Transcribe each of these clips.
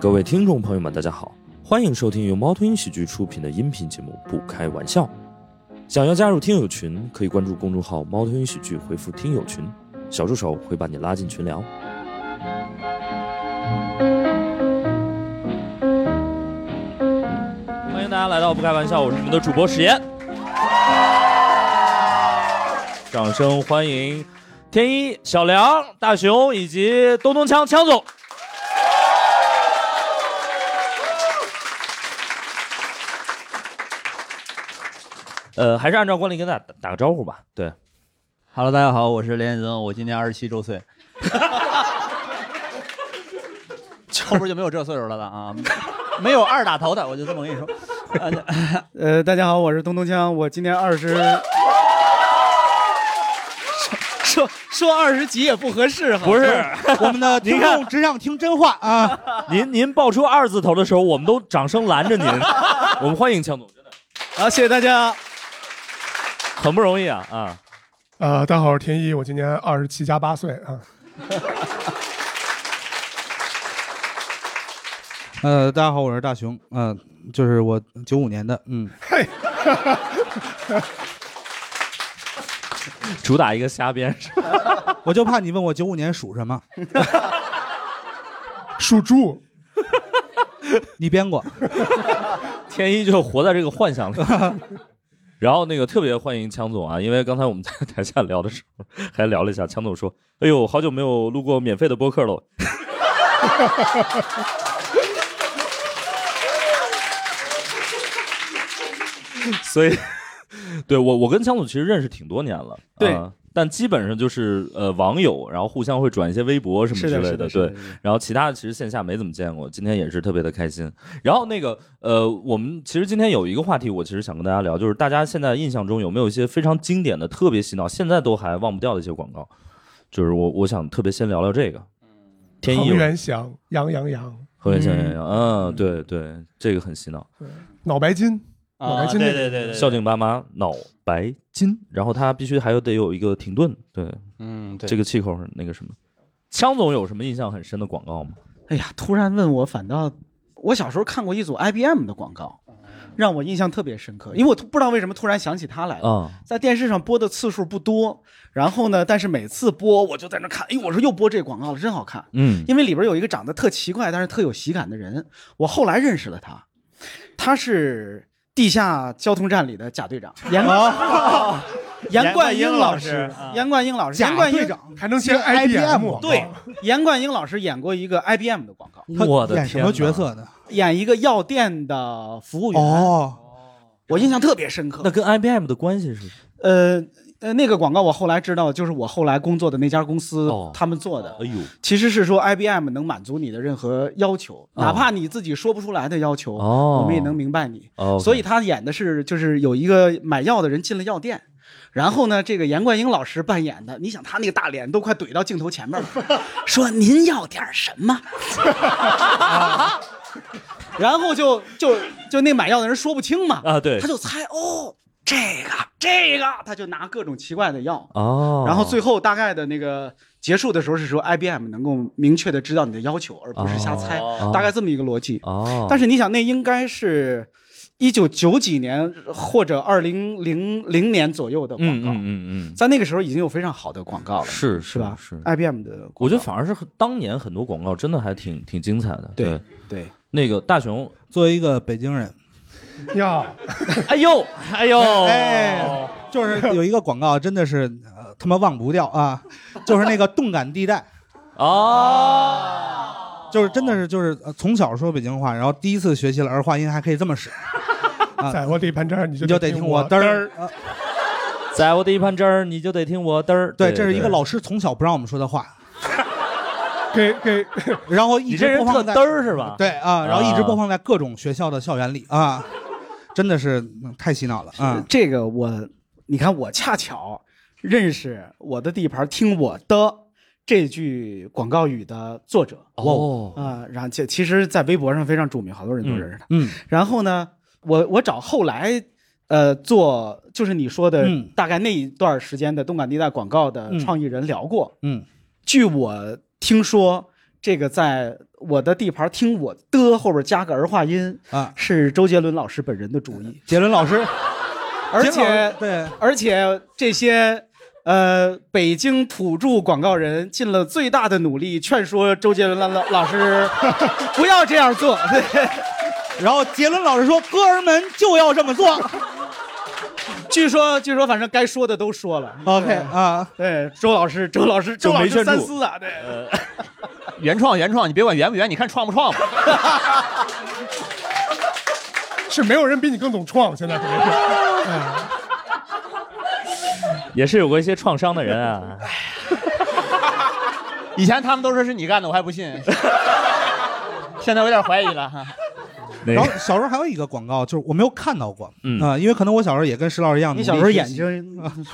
各位听众朋友们，大家好，欢迎收听由猫头鹰喜剧出品的音频节目《不开玩笑》。想要加入听友群，可以关注公众号“猫头鹰喜剧”，回复“听友群”，小助手会把你拉进群聊。欢迎大家来到《不开玩笑》，我是你们的主播史岩。掌声欢迎天一、小梁、大熊以及东东锵锵总。呃，还是按照惯例跟大家打打个招呼吧。对， Hello，大家好，我是连彦增，我今年二十七周 岁。后边就没有这岁数了的啊， 没有二打头的，我就这么跟 你说。呃，大家好，我是东东锵，我今年二 十，说说二十几也不合适，不是我们的您听看众只想听真话啊。 您您报出二字头的时候，我们都掌声拦 着您。我们欢迎强总，真的好，啊谢谢大家。很不容易啊啊！啊、大家好，我是天一，我今年二十七加八岁啊。 呃，大家好，我是大熊，嗯、就是我九五年的，嗯，主打一个瞎编，是吧我就怕你问我九五年属什么，属猪，你编过，天一就活在这个幻想里。 然后那个特别欢迎强总啊，因为刚才我们在台下聊的时候还聊了一下，强总说：“哎呦，好久没有录过免费的播客了。”所以，对我我跟强总其实认识挺多年了，对啊但基本上就是呃网友，然后互相会转一些微博什么是之的类是的是的对。然后其他的其实线下没怎么见过，今天也是特别的开心。然后那个呃，我们其实今天有一个话题，我其实想跟大家聊，就是大家现在印象中有没有一些非常经典的、特别洗脑，现在都还忘不掉的一些广告？就是我我想特别先聊聊这个。天恒一有源祥，羊羊羊，何源祥先生，嗯，对对，这个很洗脑。脑白金，脑啊，白金那对个对对孝对，敬爸妈脑白金，然后他必须还有得有一个停顿，对，嗯，对这个气口是那个什么。枪总有什么印象很深的广告吗？哎呀，突然问我，反倒我小时候看过一组 IBM 的广告，让我印象特别深刻，因为我突不知道为什么突然想起它来了。啊、在电视上播的次数不多，然后呢，但是每次播我就在那看，哎呦，我说又播这广告了，真好看。嗯，因为里边有一个长得特奇怪，但是特有喜感的人，我后来认识了他，他是地下交通站里的贾队长严、 严冠英老师，严冠英老师，贾严冠英队长还能接 IBM 广告对，严冠英老师演过一个 IBM 的广告，他我的天演什么角哪色的？演一个药店的服务员，哦，我印象特别深刻。那跟 IBM 的关系是？呃呃，那个广告我后来知道，就是我后来工作的那家公司、哦他们做的。哎呦，其实是说 IBM 能满足你的任何要求，哦哪怕你自己说不出来的要求，哦我们也能明白你。哦，所以他演的是，就是有一个买药的人进了药店，然后呢，这个严冠英老师扮演的，你想他那个大脸都快怼到镜头 前面了，说您要点什么？ 然后就就就那买药的人说不清嘛，啊，对他，就猜哦，这个这个，他就拿各种奇怪的药。哦，然后最后大概的那个结束的时候是说 IBM 能够明确的知道你的要求，而不是瞎猜，哦大概这么一个逻辑。哦，但是是你想，那应该是一九九几年或者二零零零年左右的嗯广嗯告，嗯嗯，在那个时候已经有非常好的广告了，是是吧？哎是， IBM 的我觉得反而是很当年很多广告真的还挺挺精彩的。对对，那个大熊，作为一个北京人，呀，哎呦哎呦，哎，就是有一个广告，真的是、呃、他妈忘不掉啊，就是那个动感地带，哦，就是真的是就是、呃从小说北京话，然后第一次学习了儿化音还可以这么使，啊在我地盘这儿你你就就得听听我嘚嘚儿儿。、啊在我的一盘汁儿，你就得听我嘚儿。对，这是一个对老师从小不让我们说的话，给给， 然后一你这直人播特放在嘚儿是吧？对啊，然后一直啊播放在各种学校的校园里啊，真的是嗯太洗脑了啊。这个我你看，我恰巧认识我的地盘，听我的这句广告语的作者。哦，啊、然后这其实，在微博上非常著名，好多人都认识他。嗯，然后呢，我我找后来，呃，做就是你说的嗯大概那一段时间的动感地带广告的嗯创意人聊过。嗯，据我听说，这个在我的地盘听我的后边加个儿化音啊，是周杰伦老师本人的主意。杰伦老师，而杰伦老且师对，而且这些呃北京土著广告人尽了最大的努力劝说周杰伦老老 师不要这样做。 对，然后杰伦老师说：“哥儿们就要这么做。据说据说反正该说的都说了。 ”OK 啊，对，周老师，周老师，周就老没师劝住呃三思啊，对，原创原创，你别管原不原，你看创不创吧。是没有人比你更懂创，现在肯定是。也是有过一些创伤的人啊。以前他们都说是你干的，我还不信，现在我有点怀疑了哈。那 然后个小时候还有一个广告，就是我没有看到过，嗯啊、因为可能我小时候也跟石老师一样，你小时候努力学眼习睛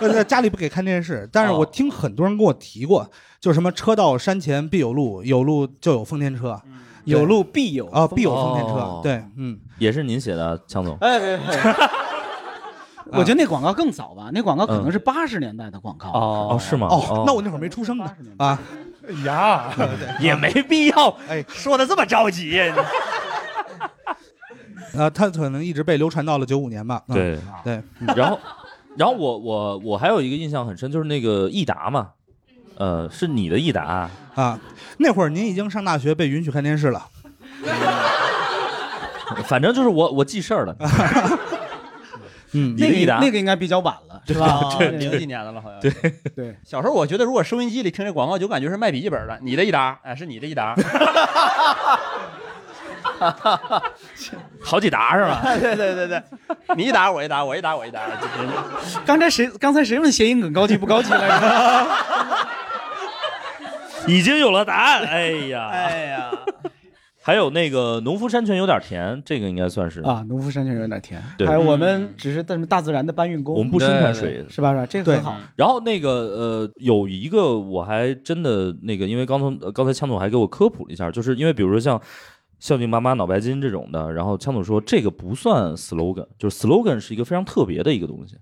呃，家里不给看电视，但是哦我听很多人跟我提过，就什么车到山前必有路，有路就有丰田车，嗯有路必有啊、必有丰田车。哦对，嗯，也是您写的啊，强总。哎，别别别 我觉得那广告更早吧，那广告可能是八十年代的广告。嗯哦，哦是吗？哦，那我那会儿没出生呢啊， 呀，也没必要。哎，说的这么着急，啊呃，他可能一直被流传到了九五年吧。嗯、对，对，然后，然后我我我还有一个印象很深，就是那个益达嘛，呃，是你的益达啊，啊，那会儿您已经上大学，被允许看电视了。反正就是我我记事儿了， 嗯，你那的个益达那个应该比较晚了，是吧？对，啊零几年的了，好像。对，对，小时候我觉得如果收音机里听这广告，就感觉是卖笔记本的，你的一沓，哎，是你的一沓。好几达是吧？ 对对对对，你一沓我一沓，我一沓我一沓。刚才谁刚才谁问谐音梗高级不高级来着？已经有了答案，哎呀，哎呀，还有那个农夫山泉有点甜，这个应该算是啊，农夫山泉有点甜，对还有我们只是但是大自然的搬运工，我们不生产水。是吧？是吧？这个嗯对很好。然后那个呃，有一个我还真的那个，因为刚从呃刚才枪总还给我科普了一下，就是因为比如说像《孝敬爸妈》《脑白金》这种的，然后枪总说这个不算 slogan，就是 slogan 是一个非常特别的一个东西。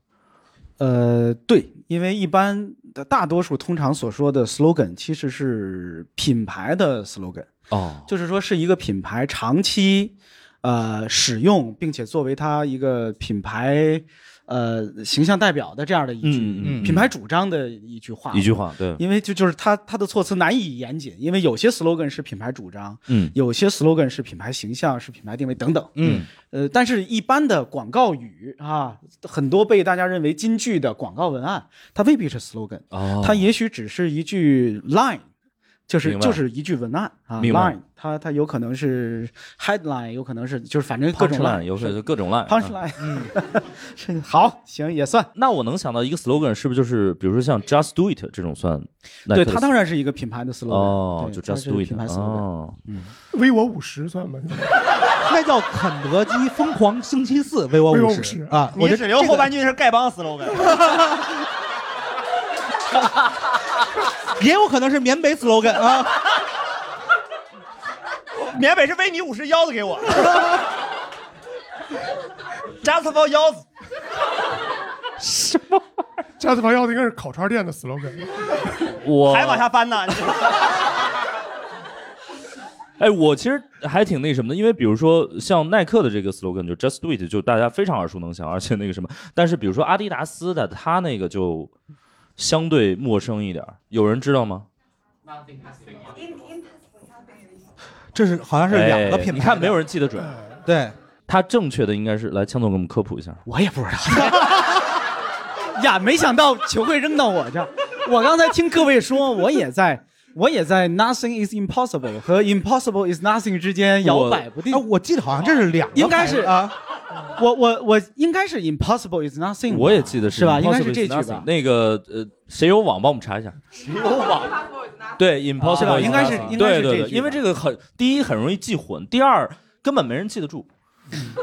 呃，对，因为一般的大多数通常所说的 slogan 其实是品牌的 slogan，哦，就是说是一个品牌长期呃使用，并且作为它一个品牌呃形象代表的这样的一句、嗯嗯嗯品牌主张的一句话。一句话，对，因为就就是它它的措辞难以严谨，因为有些 slogan 是品牌主张，嗯有些 slogan 是品牌形象、是品牌定位等等。嗯，呃，但是一般的广告语啊，很多被大家认为金句的广告文案，它未必是 slogan，哦，它也许只是一句 line。就是明白就是一句文案啊明白，line，它它有可能是 headline，有可能是就是反正各种嗯 punchline 有可能嗯各种 line line，punchline，是 好行也算，那我能想到一个 slogan 是不是就是比如说像 Just Do It 这种算？对，它当然是一个品牌的 slogan，哦，对就它 Just 是 Do It 品牌 slogan，哦，微我五十算吗？ 那叫肯德基疯狂星期四，为我为我五十50啊！我觉得这个句是丐帮 slogan，也有可能是缅北 slogan 啊。 缅北是为你五十腰子给我。just for 腰子，家子房要的应该是烤串店的 slogan。我下翻呢。哎，我其实还挺那什么的，因为比如说像耐克的这个 slogan 就 Just Do It，就大家非常耳熟能详，而且那个什么，但是比如说阿迪达斯的，它那个就相对陌生一点儿，有人知道吗？这是好像是两个哎品你牌的，看没有人记得准，对，它正确的应该是来，强总给我们科普一下。我也不知道。呀，没想到球会扔到我这儿。我刚才听各位说，我也在，我也在 “nothing is impossible” 和 “impossible is nothing” 之间摇摆不定哎，。我记得好像这是两个牌子，应该是啊，我我我应该是 “impossible is nothing” 吧。我也记得是吧？应该是 Impossible is 这句 Nothing 吧？那个呃，谁有网帮我们查一下。对是吧，impossible，应该是 is nothing 应该对对是这对，句因为吧这个很第一很容易记混，第二根本没人记得住，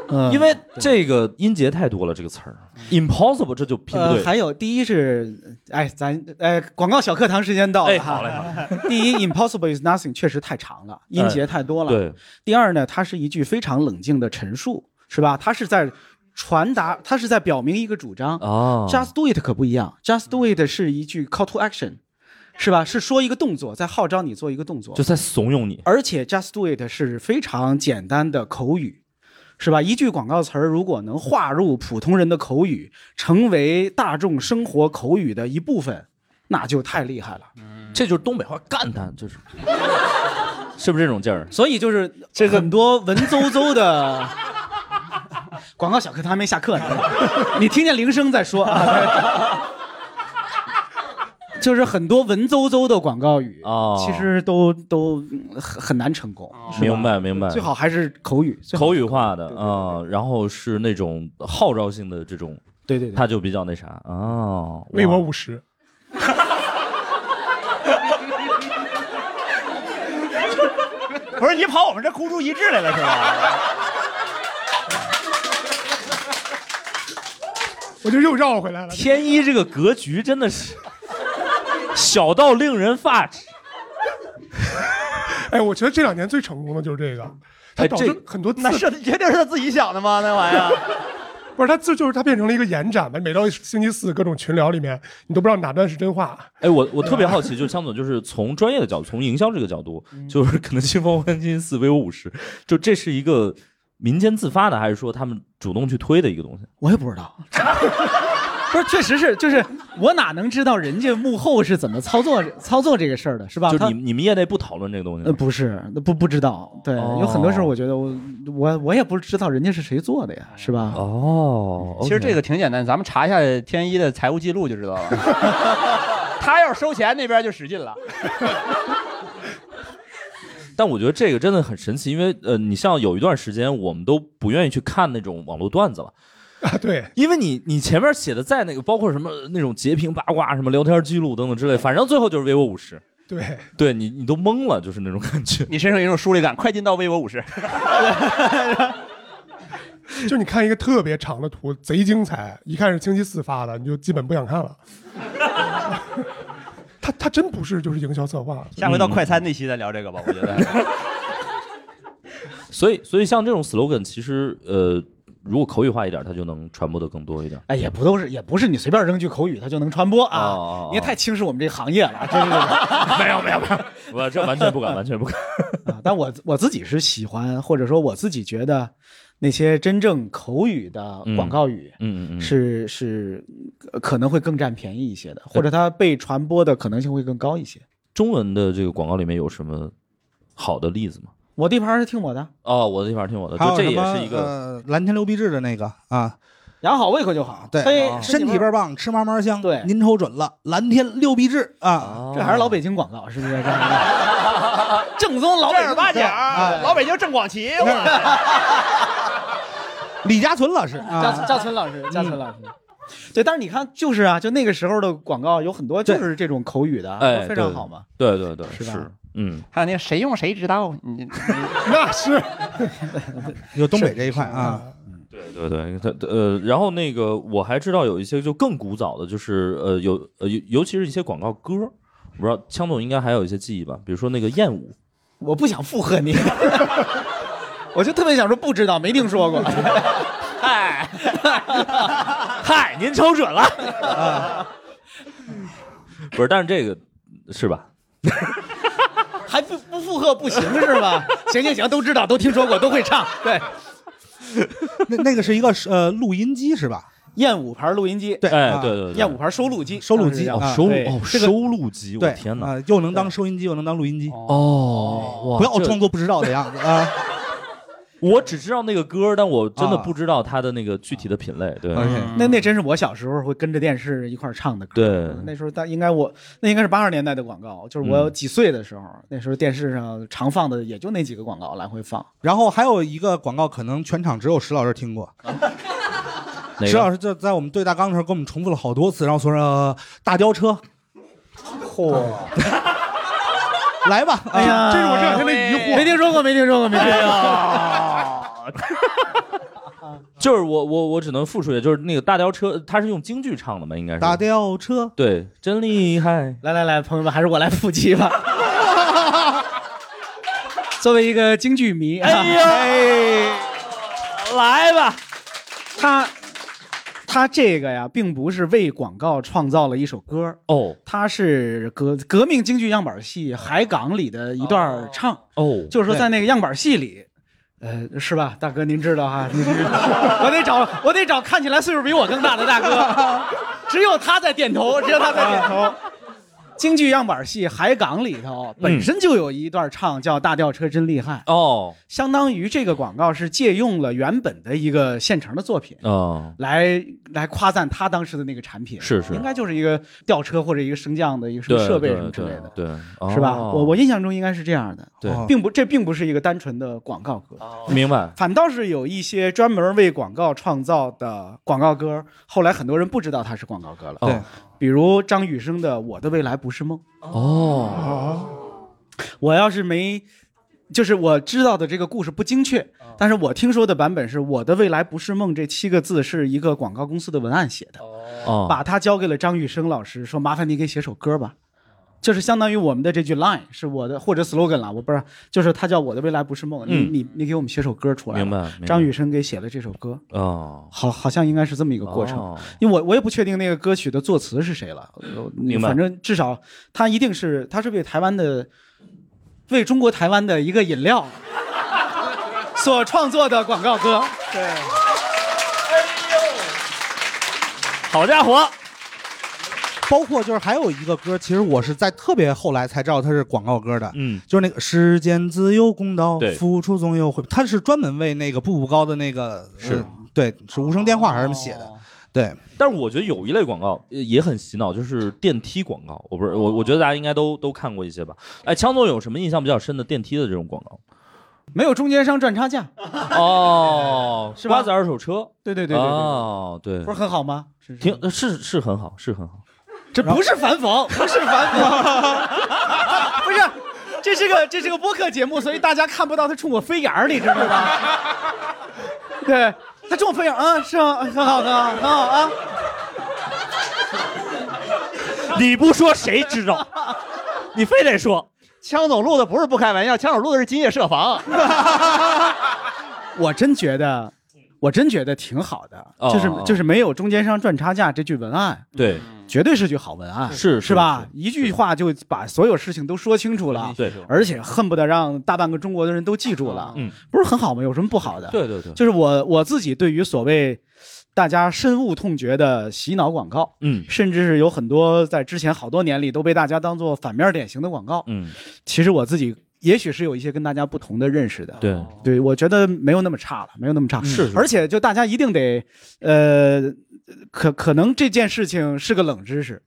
嗯因为这个音节太多了，这个词儿 impossible 这就拼不呃，对。还有第一是，哎，咱哎，广告小课堂时间到哎，了哈。好嘞，好嘞， 第一，“impossible is nothing” 确实太长了，音节太多了。对，第二呢，它是一句非常冷静的陈述，是吧？它是在传达，它是在表明一个主张。哦， Just do it 可不一样，Just do it 是一句 call to action，是吧？是说一个动作，在号召你做一个动作，就在怂恿你。而且 Just Do It 是非常简单的口语，是吧？一句广告词儿如果能划入普通人的口语，成为大众生活口语的一部分，那就太厉害了。这就是东北话，干他，就是， 是不是这种劲儿？所以就是这很多文绉绉 的广告小课堂还没下课呢，你听见铃声再说啊。就是很多文绉绉的广告语哦其实都都嗯很很难成功，是吧明白明白最好还是口语，最好哦口语化的啊、然后是那种号召性的这种，对对对，他就比较那啥啊。哦为我五十， 不是你跑我们这孤注一掷来了是 吧？我就又绕回来了。天一这个格局真的是小到令人发指。哎，我觉得这两年最成功的就是这个，它哎导这致很多字那是你这是他自己想的吗？那玩意儿，不是它字就是它变成了一个延展吧。每到星期四各种群聊里面，你都不知道哪段是真话。 哎，我我特别好奇，就是江总，就是从专业的角度，从营销这个角度，就是可能新风关心四 vivo 五十，就这是一个民间自发的，还是说他们主动去推的一个东西？我也不知 道，不是，确实是，就是我哪能知道人家幕后是怎么操作操作这个事儿的，是吧？啊就他是你你们业内不讨论这个东西呃，吗？不是，那不不知道。对，哦有很多时候我觉得我我我也不知道人家是谁做的呀，是吧？哦， 其实这个个挺简单，咱们查一下天一的财务记录就知道了。 他要是收钱，那边就使劲了。但我觉得这个真的很神奇，因为呃，你像有一段时间我们都不愿意去看那种网络段子了，啊，对，因为你你前面写的再那个，包括什么呃那种截屏八卦、什么聊天记录等等之类，反正最后就是 vivo 五十，对，对你你都懵了，就是那种感觉。你身上有一种疏离感，快进到 vivo 五十。就你看一个特别长的图，贼精彩，一看是星期四发的，你就基本不想看了。 它它真不是就是营销策划，下回到快餐那期再聊这个吧，我觉得。所以所以像这种 slogan，其实呃，如果口语化一点，它就能传播的更多一 点。哎，也不都是，也不是你随便扔句口语它就能传播啊！哦哦哦你也太轻视我们这个行业了，真是的 哎没有没有没有，我这完全不敢，完全 不敢。啊！但我我自己是喜欢，或者说我自己觉得那些真正口语的广告语。嗯嗯嗯，是是，呃可能会更占便宜一些的，或者它被传播的可能性会更高一些。中文的这个广告里面有什么好的例子吗？我地盘儿是听我的，哦，我的地方听我的，还就有这什也么是一个呃蓝天流鼻痣的那个啊，养好胃口就好。对，哦哦嘿身体倍儿棒，吃嘛嘛香。对您瞅准了，蓝天六必治啊，啊这还是老北京广告，是不是？ 正宗老北京啊广告 哎老北京正广旗，李家存老师赵 啊，赵村老师，赵村老师。对，但是你看，就是啊，就那个时候的广告有很多就是这种口语的，哎都非常好嘛。对对对，是吧是嗯，还有那个谁用谁知道，你那是有东北这一块啊，对对对，它呃，然后那个我还知道有一些就更古早的，就是呃有呃尤尤其是一些广告歌，我不知道枪总应该还有一些记忆吧，比如说那个燕舞，我不想附和你， 我就特别想说不知道，没听说过。 嗨，嗨，您瞅准了，不是，但是这个是吧？还不不附和不行是吧？行行行，都知道，都听说过，都会唱。对，那那个是一个呃录音机是吧？燕舞牌录音机，对，哎，啊对，对对，燕舞牌收录机，收录当机时叫哦啊收录对哦这个收录机，我对，天哪！啊，又能当收音机，又能当录音机，哦，哇不要这装作不知道的样子啊。我只知道那个歌，但我真的啊不知道它的那个具体的品类。 对， OK，那那真是我小时候会跟着电视一块儿唱的歌。对那时候大应该我那应该是八十年代的广告，就是我有几岁的时候，那时候电视上常放的也就那几个广告来回放。然后还有一个广告，可能全场只有石老师听过。哪石个老师就在我们对大纲的时候，给我们重复了好多次，然后说呃大轿车嚯、来吧， 哎呀，这是我这两天的疑惑。没听说过，没听说过，没听说过。就是我我我只能复述一下，就是那个大吊车，它是用京剧唱的嘛，应该是。大吊车，对，真厉害。来来来，朋友们，还是我来腹肌吧。 作为一个京剧迷，啊哎呀，来吧，他他这个呀，并不是为广告创造了一首歌哦，他是革革命京剧样板戏《海港》里的一段唱哦就是说在那个样板戏里。呃，是吧，大哥，您知道哈，您知我得找我得找看起来岁数比我更大的大哥， 只有他在点头，只有他在点啊头。 京剧样板戏《海港》里头嗯本身就有一段唱叫“大吊车真厉害”，哦，相当于这个广告是借用了原本的一个现成的作品，哦，来来夸赞他当时的那个产品，是是应该就是一个吊车或者一个升降的一个什么对设备对什么之类的，对，对是吧？哦我我印象中应该是这样的，对哦并不这并不是一个单纯的广告歌，明白。反倒是有一些专门为广告创造的广告歌，后来很多人不知道它是广告歌了，对，比如张雨生的《我的未来不是梦》哦，我要是没。就是我知道的这个故事不精确，但是我听说的版本是“我的未来不是梦”这七个字是一个广告公司的文案写的，哦，把它交给了张雨生老师，说麻烦你给写首歌吧。就是相当于我们的这句 line 是我的或者 slogan 了，我不知道，就是他叫我的未来不是梦，嗯你你你给我们写首歌出来吧。明白明白张雨生给写了这首歌，哦，好好像应该是这么一个过程，哦因为我我也不确定那个歌曲的作词是谁了，明白反正至少他一定是他是为台湾的，为中国台湾的一个 饮料所创作的广告歌。对，好家伙！包括就是还有一个歌，其实我是在特别后来才知道它是广告歌的，嗯，就是那个“时间自有公道对，付出总有回报”，它是专门为那个步步高的那个是呃对，是无声电话还是什么写的？哦对，但是我觉得有一类广告呃也很洗脑，就是电梯广告。我不是我，我觉得大家应该都都看过一些吧。哎，强总有什么印象比较深的电梯的这种广告？没有中间商赚差价， 哦，是瓜子二手车。对对对对对对哦，对，不是很好吗？挺呃是是很好，是很 好。这不是反讽， 不是反讽， 不是，这是个这是个播客节目，所以大家看不到他冲我飞眼儿，你知道吗？ 对他冲我飞眼儿啊，是吗？很好，很好，很好啊！你不说谁知 道？你非得说。枪总录的不是不开玩笑，枪总录的是今夜设防。我真觉得，我真觉得挺好的，哦就是哦就是没有中间商赚差价这句文案，对，绝对是句好文案，是嗯是嗯吧？啊一句话就把所有事情都说清楚了，对而且恨不得让大半个中国的人都记住了，嗯，不是很好吗？有什么不好的？对对对就是我我自己对于所谓大家深恶痛绝的洗脑广告，嗯甚至是有很多在之前好多年里都被大家当做反面典型的广告，嗯，其实我自己也许是有一些跟大家不同的认识的，对，对，我觉得没有那么差了，没有那么差。嗯是是而且就大家一定得，呃，可可能这件事情是个冷知识，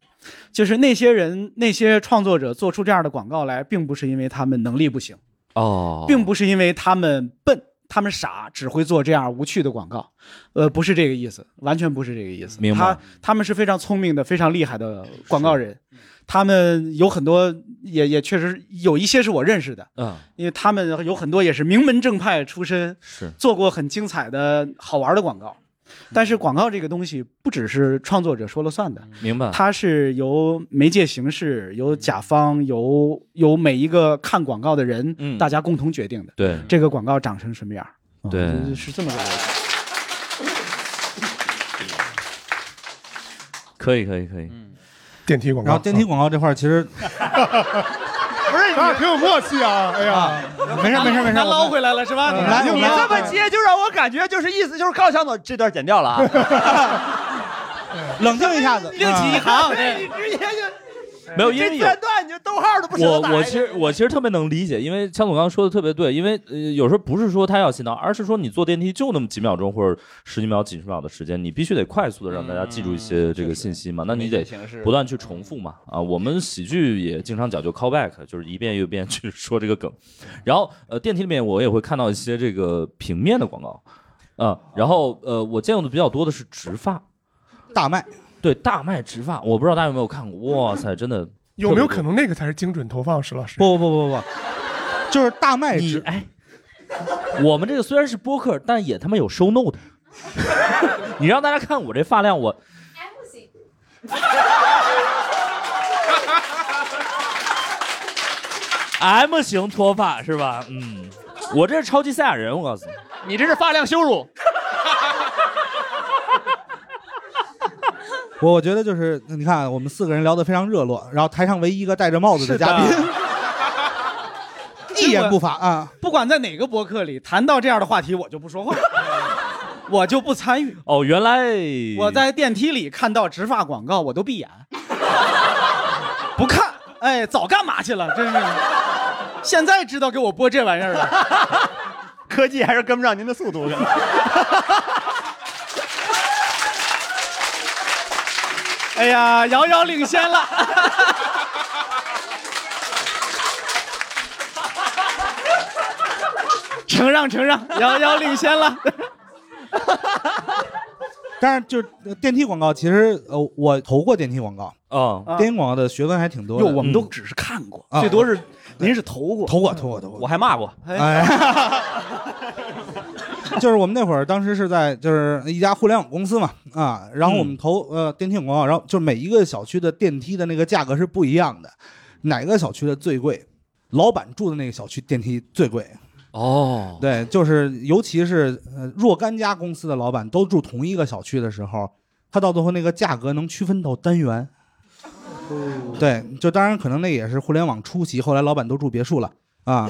就是那些人、那些创作者做出这样的广告来，并不是因为他们能力不行，哦，并不是因为他们笨、他们傻，只会做这样无趣的广告，呃，不是这个意思，完全不是这个意思。明白他他们是非常聪明的、非常厉害的广告人，嗯他们有很多也也确实有一些是我认识的，嗯，因为他们有很多也是名门正派出身，是做过很精彩的好玩的广告。但是广告这个东西不只是创作者说了算的，明白。它是由媒介形式、由甲方、由由每一个看广告的人，嗯大家共同决定的。对这个广告长成什么样儿？对嗯就是这么个逻辑。可以可以可以。嗯电梯广告，啊然后电梯广告这块儿其实不是，咱俩挺有默契啊！哎呀，没事没事没 事，他我捞们回来了是吧？我们看来我嗯你们来这么接就让我感觉就是意思就是告强总这段剪掉了啊，冷静一下子， 啊另起一 行，你这直接就没有，因这为有片段你就逗号都不舍哎我得打。我其实我其实特别能理解，因为强总刚刚说的特别对，因为呃有时候不是说他要洗脑，而是说你坐电梯就那么几秒钟或者十几秒、几十秒的时间，你必须得快速的让大家记住一嗯些这个信息嘛，那你得媒介形式不断去重复嘛啊。我们喜剧也经常讲究 callback，就是一遍又一遍去 说这个梗。然后呃电梯里面我也会看到一些这个平面的广告，啊、然后呃我见过的比较多的是直发，大麦对大麦直发，我不知道大家有没有看过，哇塞，真的 有没有特别多可能那个才是精准投放，石老师？不不不不不，就是大麦你直哎，我们这个虽然是播客，但也他妈有收 note 的。你让大家看我这发量，我，M 型脱发是吧？嗯，我这是超级赛亚人，我告诉你。你这是发量羞辱。我我觉得就是你看我们四个人聊得非常热络，然后台上唯一一个戴着帽子的嘉宾，一言不发啊。不管在哪个博客里谈到这样的话题，我就不说话，我就不参与。哦，原来我在电梯里看到植发广告，我都闭眼，不看。哎，早干嘛去了？真是，现在知道给我播这玩意儿了。科技还是跟不上您的速 度。哎呀，遥遥领先了。承让承让，遥遥领先了。但是就是呃电梯广告，其实呃我投过电梯广告啊电梯广告的学问还挺多的。哟我们都只是看过啊最多是您是投过，投过投过投过。我还骂过，哎，就是我们那会儿当时是在就是一家互联网公司嘛啊，然后我们投、呃电梯广告，然后就每一个小区的电梯的那个价格是不一样的，哪个小区的最贵，老板住的那个小区电梯最贵。哦，对，就是尤其是呃若干家公司的老板都住同一个小区的时候，他到最后那个价格能区分到单元。对，就当然可能那也是互联网初期，后来老板都住别墅了啊。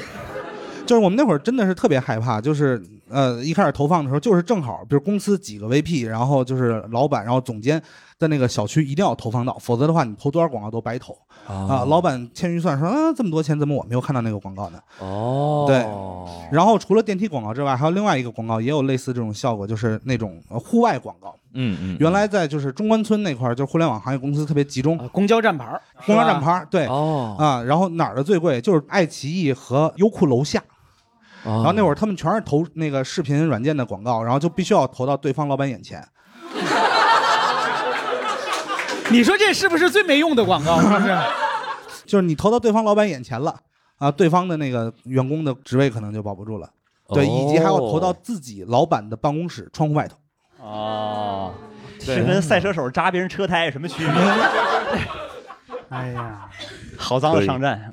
就是我们那会儿真的是特别害怕，就是呃一开始投放的时候，就是正好，比如公司几个 VP，然后就是老板，然后总监在那个小区一定要投放到，否则的话你投多少广告都白投啊。老板欠预算说啊这么多钱，怎么我没有看到那个广告呢？哦，对然后除了电梯广告之外，还有另外一个广告也有类似这种效果，就是那种呃户外广告。嗯嗯，原来在就是中关村那块儿，就是互联网行业公司特别集中，啊公交站牌儿，公交站是吧牌儿对哦，啊，然后哪儿的最贵？就是爱奇艺和优酷楼下。然然后那儿会儿他们全是投那个视频软件的广告，然后就必须要投到对方老板眼前。你说这是不是最没用的 广告？是不是？就是你投到对方老板眼前了啊，对方的那个员工的职位可能就保不住了。哦对，以及还要投到自己老板的办公室窗户外头。哦，是跟赛车手扎别人车胎有什么 区别？哎呀，好脏的上站，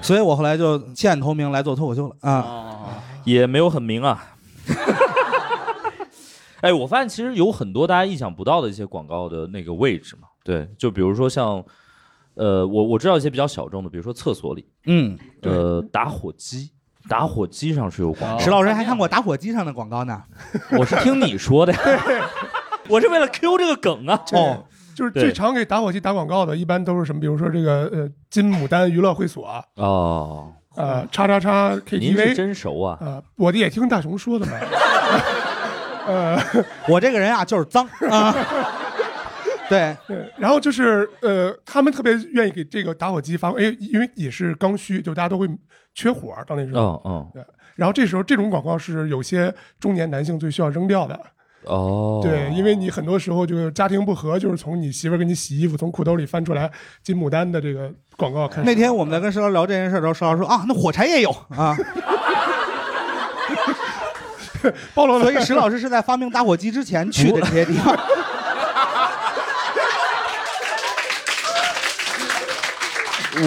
所以我后来就弃暗投明来做脱口秀了啊。也没有很明啊。哎，我发现其实有很多大家意想不到的一些广告的那个位置嘛，对，就比如说像，呃，我我知道一些比较小众的，比如说厕所里，嗯，呃，打火机，打火机上是有哦广石老师还看过打火机上的广告呢。告，我是听你说的， 我是为了 Q 这个梗啊，哦，就是对最常给打火机打广告的，一般都是什么？比如说这个呃金牡丹娱乐会所啊，哦，呃叉叉叉您是 KTV 真熟啊，啊，我的也听大熊说的嘛。呃，我这个人啊就是 脏啊。对，对，然后就是呃，他们特别愿意给这个打火机发，哎，因为也是刚需，就大家都会缺火儿到那时候。嗯嗯，然后这时候这种广告是有些中年男性最需要扔掉的，哦，对，因为你很多时候就是家庭不和，就是从你媳妇儿给你洗衣服，从裤兜里翻出来金牡丹的这个广告开始。那天我们在跟石老师聊这件事的时候，石老师说啊，那火柴也有 啊，暴露了所以石老师是在发明打火机之前去的这些地 方。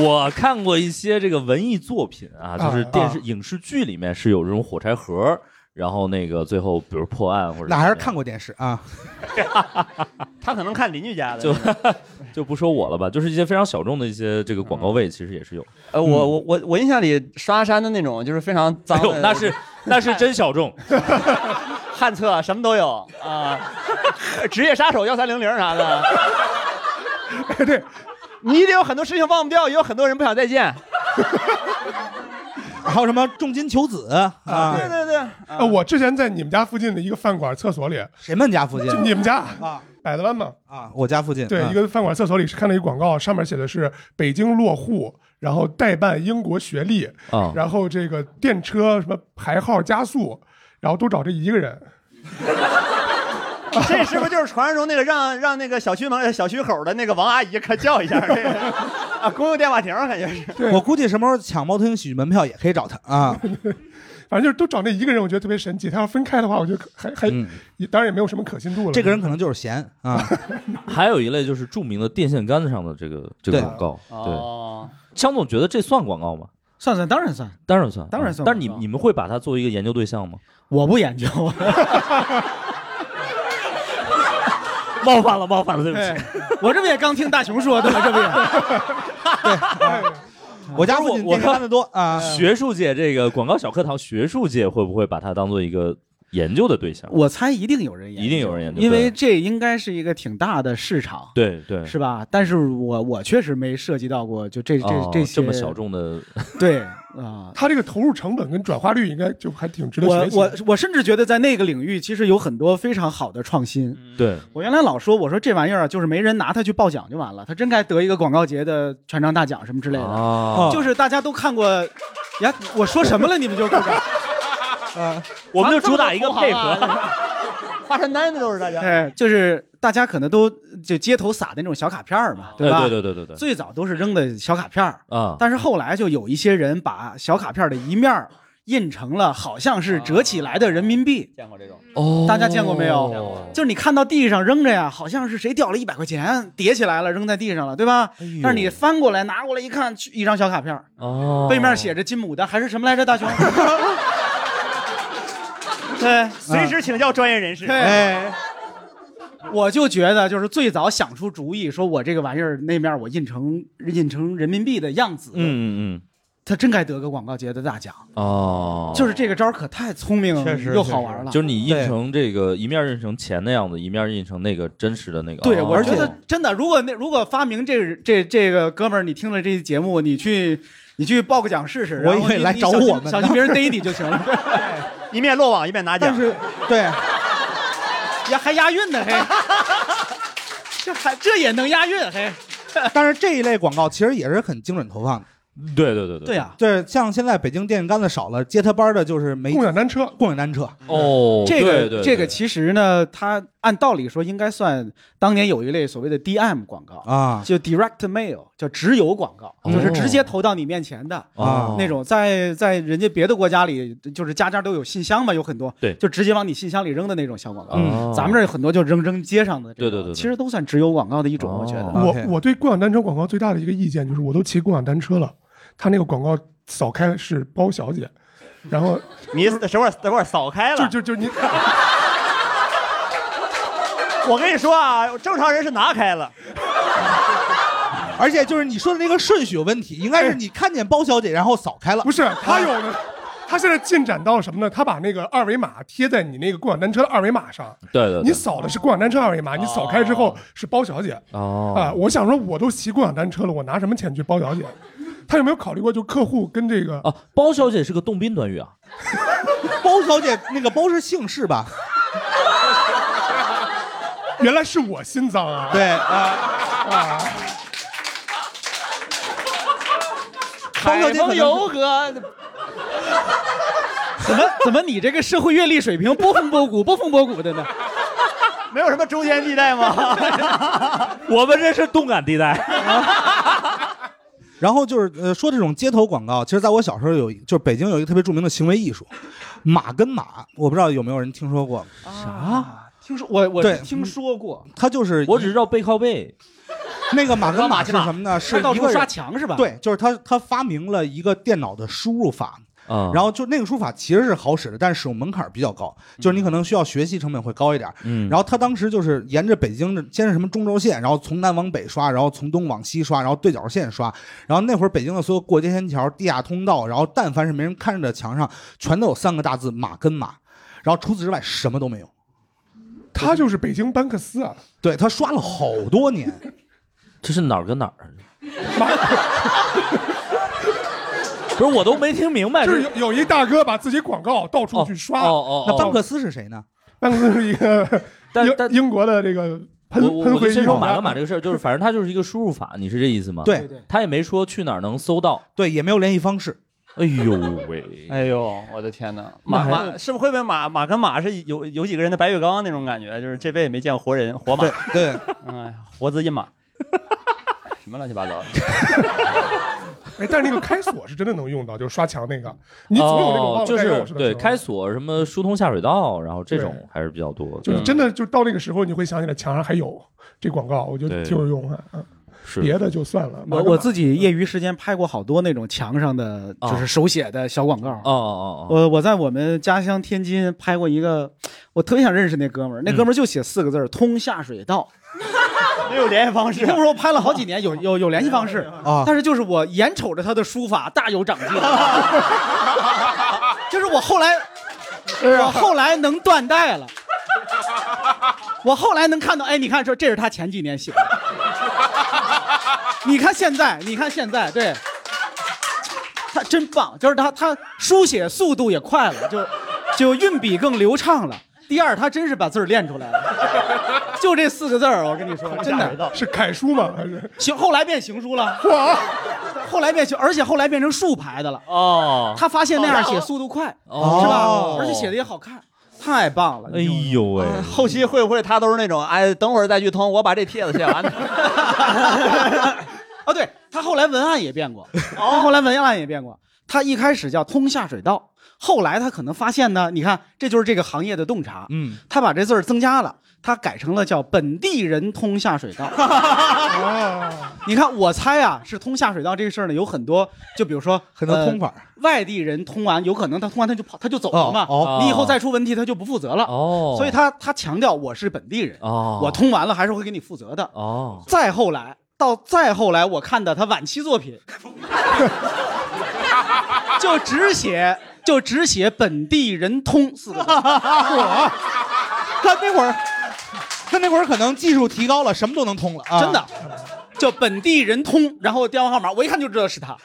我看过一些这个文艺作品啊，就是电视、影视剧里面是有这种火柴盒，然后那个最后比如破案或者那还是怎么看过电视啊。他可能看邻居家的。就样就不说我了吧，就是一些非常小众的一些这个广告位，其实也是有。呃，我我我我印象里刷山的那种就是非常脏哎呦的，，那是那是真小众， 旱厕什么都有啊，职业杀手幺三零零啥的。 对，你得有很多事情忘不掉，也有很多人不想再见。还有什么重金求子啊？对对对，呃，我之前在你们家附近的一个饭馆厕所里，谁们家附近就你们家啊百子湾嘛，啊？我家附近。对，啊一个饭馆厕所里是看了一个广告，上面写的是北京落户，然后代办英国学历，嗯啊然后这个电车什么排号加速，然后都找这一个人。 这是不是就是传说中那个让让那个小区门小区口的那个王阿姨可叫一下这个啊公用电话亭儿感觉是我估计什么时候抢猫头鹰喜剧门票也可以找他 啊。反正就是都找那一个人，我觉得特别神奇。他要分开的话，我觉得还还、嗯也当然也没有什么可信度了。这个人可能就是闲啊。还有一类就是著名的电线杆子上的这个这个对广告。对，哦，江总觉得这算广告吗？算算，当然算，当然算，嗯当然算但是你广告你们会把它作为一个研 究对象吗？我不研究，冒犯了，冒犯了，对不起。我这不也刚听大熊说的 吗？这不也？我家附近我电看的多 啊。学术界这个广告小课堂，学术界会不会把它当做一个研究的对象？我猜一定有人研究，一定有人研究，因为这应该是一个挺大的市场，对对对是吧？但是我我确实没涉及到过，就这这、哦这些这么小众的，对啊。他这个投入成本跟转化率应该就还挺值得我学习。我我甚至觉得在那个领域，其实有很多非常好的创新。对我原来老说，我说这玩意儿啊就是没人拿它去报奖就完了，它真该得一个广告节的全场大奖什么之类的。哦啊就是大家都看过，呀，我说什么了？你们就鼓掌。我们就主打一个配啊合， 发传单的都是大 家。哎，就是大家可能都就街头撒的那种小卡片儿嘛，对吧？哎对对对对对最早都是扔的小卡片儿，啊，但是后来就有一些人把小卡片的一面儿印成了好像是折起来的人民币，见过这种，哦大家见过没有见就是你看到地上扔着呀，好像是谁掉了一百块钱叠起来了扔在地上了，对吧？哎但是你翻过来拿过来一看，去一张小卡片儿，哦，背面写着金牡丹还是什么来着，大熊？对，随时请教专业人士。哎， 我就觉得就是最早想出主意，说我这个玩意儿那面我印成印成人民币的样子，，嗯嗯他真该得个广告节的大奖。嗯，哦，就是这个招儿可太聪明确实又好玩了。就是你印成这个一面印成钱的样子，一面印成那个真实的那个，对，哦我觉得真的，如果那如果发明这这这个哥们儿，你听了这期节目，你去你去报个奖试试，我然后以为你来你找小心我们小心别人逮你就行了。一面落网一面拿但奖，是对，呀，还押韵呢，嘿，这还这也能押韵，嘿，但是这一类广告其实也是很精准投放的。对对对对对啊呀、对，像现在北京电线杆子少了，接他班的就是没共享单车，共享单车。哦，这对个对这个对其实呢，它按道理说应该算当年有一类所谓的 DM 广告，啊，就 direct mail，叫直邮广告，哦就是直接投到你面前的。啊哦那种在在人家别的国家里，就是家家都有信箱嘛，有很多，对就直接往你信箱里扔的那种小广告。嗯咱们这儿有很多就扔扔街上的这对种，对对对其实都算直邮广告的一种，哦我觉得。我 OK 我对共享单车广告最大的一个意见就是，我都骑共享单车了，他那个广告扫开是包小姐，然后你等会儿等会儿扫开就了。就就你我跟你说啊，正常人是拿开了，而且就是你说的那个顺序有问题，应该是你看见包小姐然后扫开了 不。是他有的，他现在进展到什么呢？他把那个二维码贴在你那个共享单车的二维码上，对对你对，扫的是共享单车二维码，你扫开之后是包小姐啊。哦我想说，我都骑共享单车了，我拿什么钱去包小姐？他有没有考虑过，就客户跟这个啊，包小姐是个动宾短语啊，包小姐那个包是姓氏吧？原来是我心脏啊？对啊，啊，包小姐可能风是油和 怎么怎么你这个社会阅历水平波峰波谷波峰波谷的呢？没有什么中间地带吗？ 我们这是动感地带。然后就是呃，说这种街头广告，其实在我小时候有，就是北京有一个特别著名的行为艺术，马跟马，我不知道有没有人听说过，啥？啊听说我我对听说过，它就是一我只知道背靠背， 那个马跟马马是去什么呢？是到一处个刷人墙是吧？，对，就是他他发明了一个电脑的输入法，啊，然后就那个输入法其实是好使的，但是使用门槛儿比较高，就是你可能需要学习成本会高一点儿。嗯，然后他当时就是沿着北京的，先是什么中轴线，然后从南往北刷，然后从东往西刷，然后对角线刷，然后那会儿北京的所有过街天桥、地下通道，然后但凡是没人看着的墙上，全都有三个大字“马跟马”，然后除此之外什么都没有。他就是北京班克斯啊，对他刷了好多年，这是哪儿跟哪儿？啊 不是，我都没听明白。就是有有一大哥把自己广告到处哦去刷，哦哦，那哦班克斯是谁呢？班克斯是一个 但英但英国的这个喷我我喷我就绘艺先术说家马跟马这个事儿，就是反正它就是一个输入法，你是这意思吗？，对他也没说去哪儿能搜到。对，也没有联系方式。哎呦 喂，哎呦，我的天哪！马那还马是不是会不会马马跟马是有有几个人的白月光那种感觉？就是这辈子没见过活人活马对，对，哎呀，活字印 马，什么乱七八糟的？哎，但是那个开锁是真的能用到，就是刷墙那个，你总有那种忘哦了就带钥匙是的对时候开锁什么疏通下水道，然后这种对还是比较多。就是嗯真的就到那个时候，你会想起来墙上还有这广告，我觉得对挺有用的。嗯是别的就算了。我我自己业余时间拍过好多那种墙上的，哦就是手写的小广告。哦哦哦，我我在我们家乡天津拍过一个，我特别想认识那哥们儿，嗯那哥们儿就写四个字儿“通下水道”， 没有联系方你听我说，我拍了好几年，有有有联系方式啊但是就是我眼瞅着他的书法大有长进，就是我后来，我后来能断代了，我后来能看到，哎，你看说这是他前几年写的，你看现在，你看现在，对，他真棒，就是他他书写速度也快了，就就运笔更流畅了。第二，他真是把字儿练出来了，就这四个字儿，我跟你说，真的。是楷书吗？还是行，后来变行书了，后来变行，而且后来变成竖排的了。哦，他发现那样写速度快，哦是吧？而且写的也好看，太棒了！哎呦喂，后期会不会他都是那种，哎，等会儿再去通，我把这帖子写完。哦，对他后来文案也变过，哦他后来文案也变过。他一开始叫通下水道，后来他可能发现呢，你看这就是这个行业的洞察，嗯，他把这字儿增加了，他改成了叫本地人通下水 道。你看，我猜啊，是通下水道这个事儿呢，有很多，就比如说很多呃通法儿。外地人通完，有可能他通完他就跑，他就走了嘛。哦哦你以后再出问题，他就不负责了。哦，所以他他强调我是本地人，哦，我通完了还是会给你负责的。哦，再后来到再后来，我看的他晚期作品，就只写就只写本地人通四个字。他那会儿，他那会儿可能技术提高了，什么都能通了啊！真的，叫本地人通，然后电话号码，我一看就知道是他。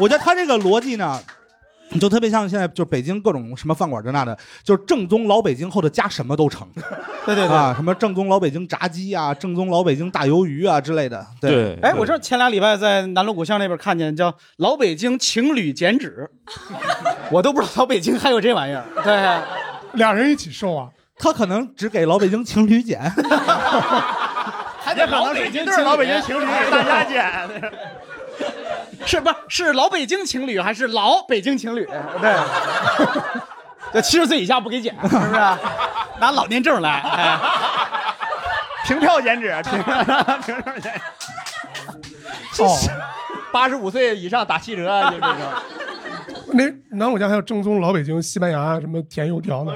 我觉得他这个逻辑呢，就特别像现在就北京各种什么饭馆这那的，就是正宗老北京后头加什么都成。对对对。啊，什么正宗老北京炸鸡啊，正宗老北京大鱿鱼啊之类的。对，对，哎，我这前俩礼拜在南锣鼓巷那边看见叫“老北京情侣剪纸”，我都不知道老北京还有这玩意儿。对，啊俩人一起瘦啊？他可能只给老北京情侣剪，也可能是一对老北京情侣给大家剪。 是不是是老北京情侣还是老北京情侣？对， 就七十岁以下不给剪，是不是？拿老年证来。哎，凭票剪纸，啊凭凭票剪纸。哦八十五岁以上打七折，啊就这种。那南锣家还有正宗老北京西班牙什么甜油条呢？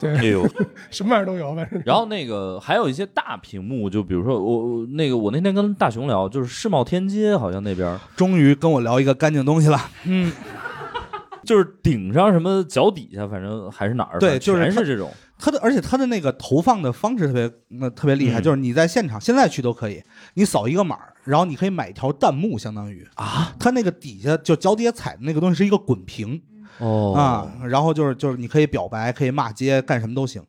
对，哎呦，什么玩意儿都有，反正然后那个还有一些大屏幕，就比如说我我那个我那天跟大熊聊，就是世贸天阶好像那边儿 终于跟我聊一个干净东西了。就是顶上什么脚底下，反正还是哪儿，对反正就是全它是这种啊他的，而且他的那个投放的方式特别，那、特别厉害，嗯就是你在现场现在去都可以，你扫一个码儿，然后你可以买一条弹幕，相当于啊他那个底下就脚底下踩的那个东西是一个滚屏、哦啊，然后就是就是你可以表白，可以骂街，干什么都行。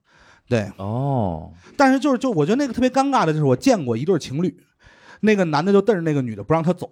对，哦但是就是就我觉得那个特别尴尬的就是我见过一对情侣，那个男的就瞪着那个女的不让她走，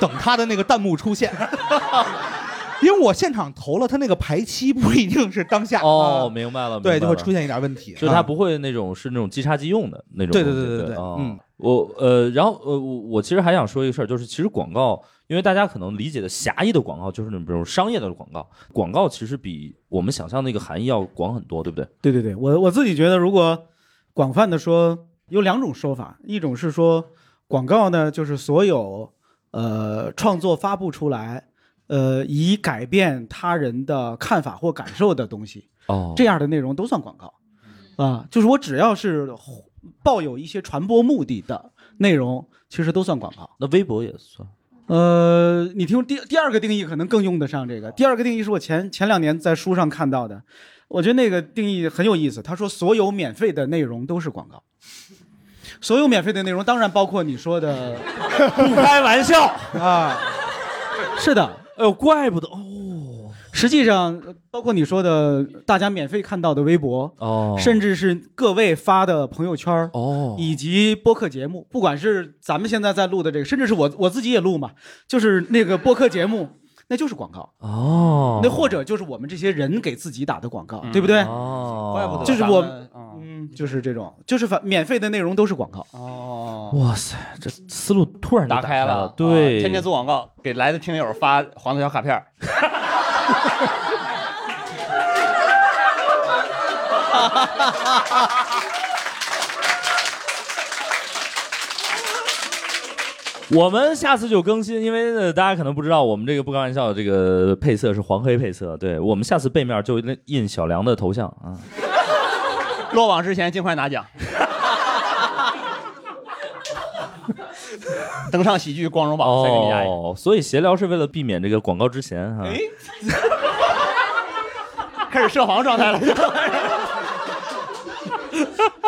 等他的那个弹幕出现， 因为我现场投了他那个排期不一定是当下哦，啊明白了，对，明白就会了出现一点问题，就它啊不会那种是那种即插即用的那种对东西。对对对对对哦嗯我呃，然后呃，我我其实还想说一个事儿，就是其实广告，因为大家可能理解的狭义的广告就是那种商业的广告，广告其实比我们想象那个含义要广很多，对不对？对对对，我我自己觉得，如果广泛的说，有两种说法，一种是说广告呢，就是所有呃创作发布出来，呃以改变他人的看法或感受的东西，哦这样的内容都算广告，啊，就是我只要是抱有一些传播目的的内容，其实都算广告。那微博也算呃，你听第第二个定义可能更用得上这个。第二个定义是我前前两年在书上看到的，我觉得那个定义很有意思。他说所有免费的内容都是广告，所有免费的内容当然包括你说的， 不开玩 笑，是的，哎呦，怪不得哦实际上呃包括你说的大家免费看到的微博，哦甚至是各位发的朋友圈儿哦以及播客节目，不管是咱们现在在录的这个，甚至是我我自己也录嘛，就是那个播客节目，那就是广告。哦，嗯那或者就是我们这些人给自己打的广告，对不对？哦，怪不得就是我咱们嗯嗯，就是这种，就是反免费的内容都是广告。哦，哇塞，这思路突然就打开开了，对，啊天天做广告，给来的听友发黄色小卡片儿。我们下次就更新，因为、呃大家可能不知道，我们这个不开玩笑，这个配色是黄黑配色。对我们下次背面就印小梁的头像啊。落网之前尽快拿 奖。登上喜剧光荣榜，再给你加一个。哦，所以闲聊是为了避免这个广告之啊前哈、开始涉黄状态了。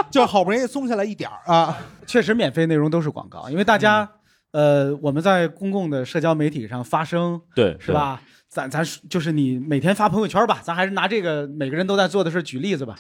就好不容易松下来一点儿啊，确实免费内容都是广嗯告，因为大家，呃，我们在公共的社交媒体上发声，对是吧？咱咱就是你每天发朋友圈吧，咱还是拿这个每个人都在做的事举例子吧。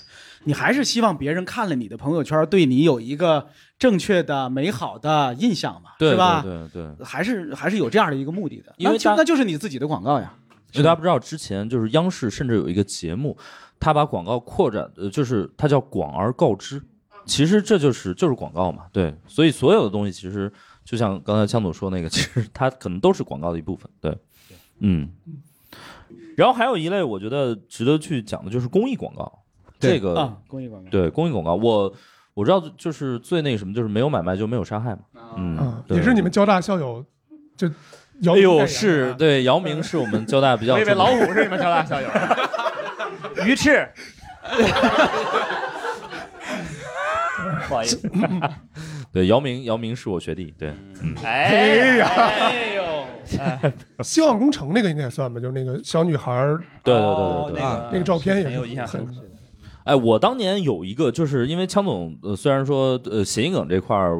你还是希望别人看了你的朋友圈，对你有一个正确的、美好的印象嘛，对是吧？对对对还是还是有这样的一个目的的，因为那就大那就是你自己的广告呀。因为大家不知道，之前就是央视甚至有一个节目，它把广告扩展，呃，就是它叫广而告之。其实这就是就是广告嘛，对。所以所有的东西其实就像刚才江总说那个，其实它可能都是广告的一部分，对，嗯。然后还有一类我觉得值得去讲的就是公益广告，这个、啊，公益广告。对公益广告，我我知道就是最那什么，就是没有买卖就没有杀害嘛，嗯，对啊也是你们交大校友，就姚哎明代言呦，的啊是对姚明是我们交大比较，我以为老虎是你们交大 校友。鱼翅，不好意思。对姚明，姚明是我学弟，对，嗯，哎呀哎呦，希望工程那个应该算吧，就是那个小女孩儿对对哦对对对。那啊那个照片也啊很有印象很哎，我当年有一个，就是因为枪总，呃，虽然说呃谐音梗这块儿，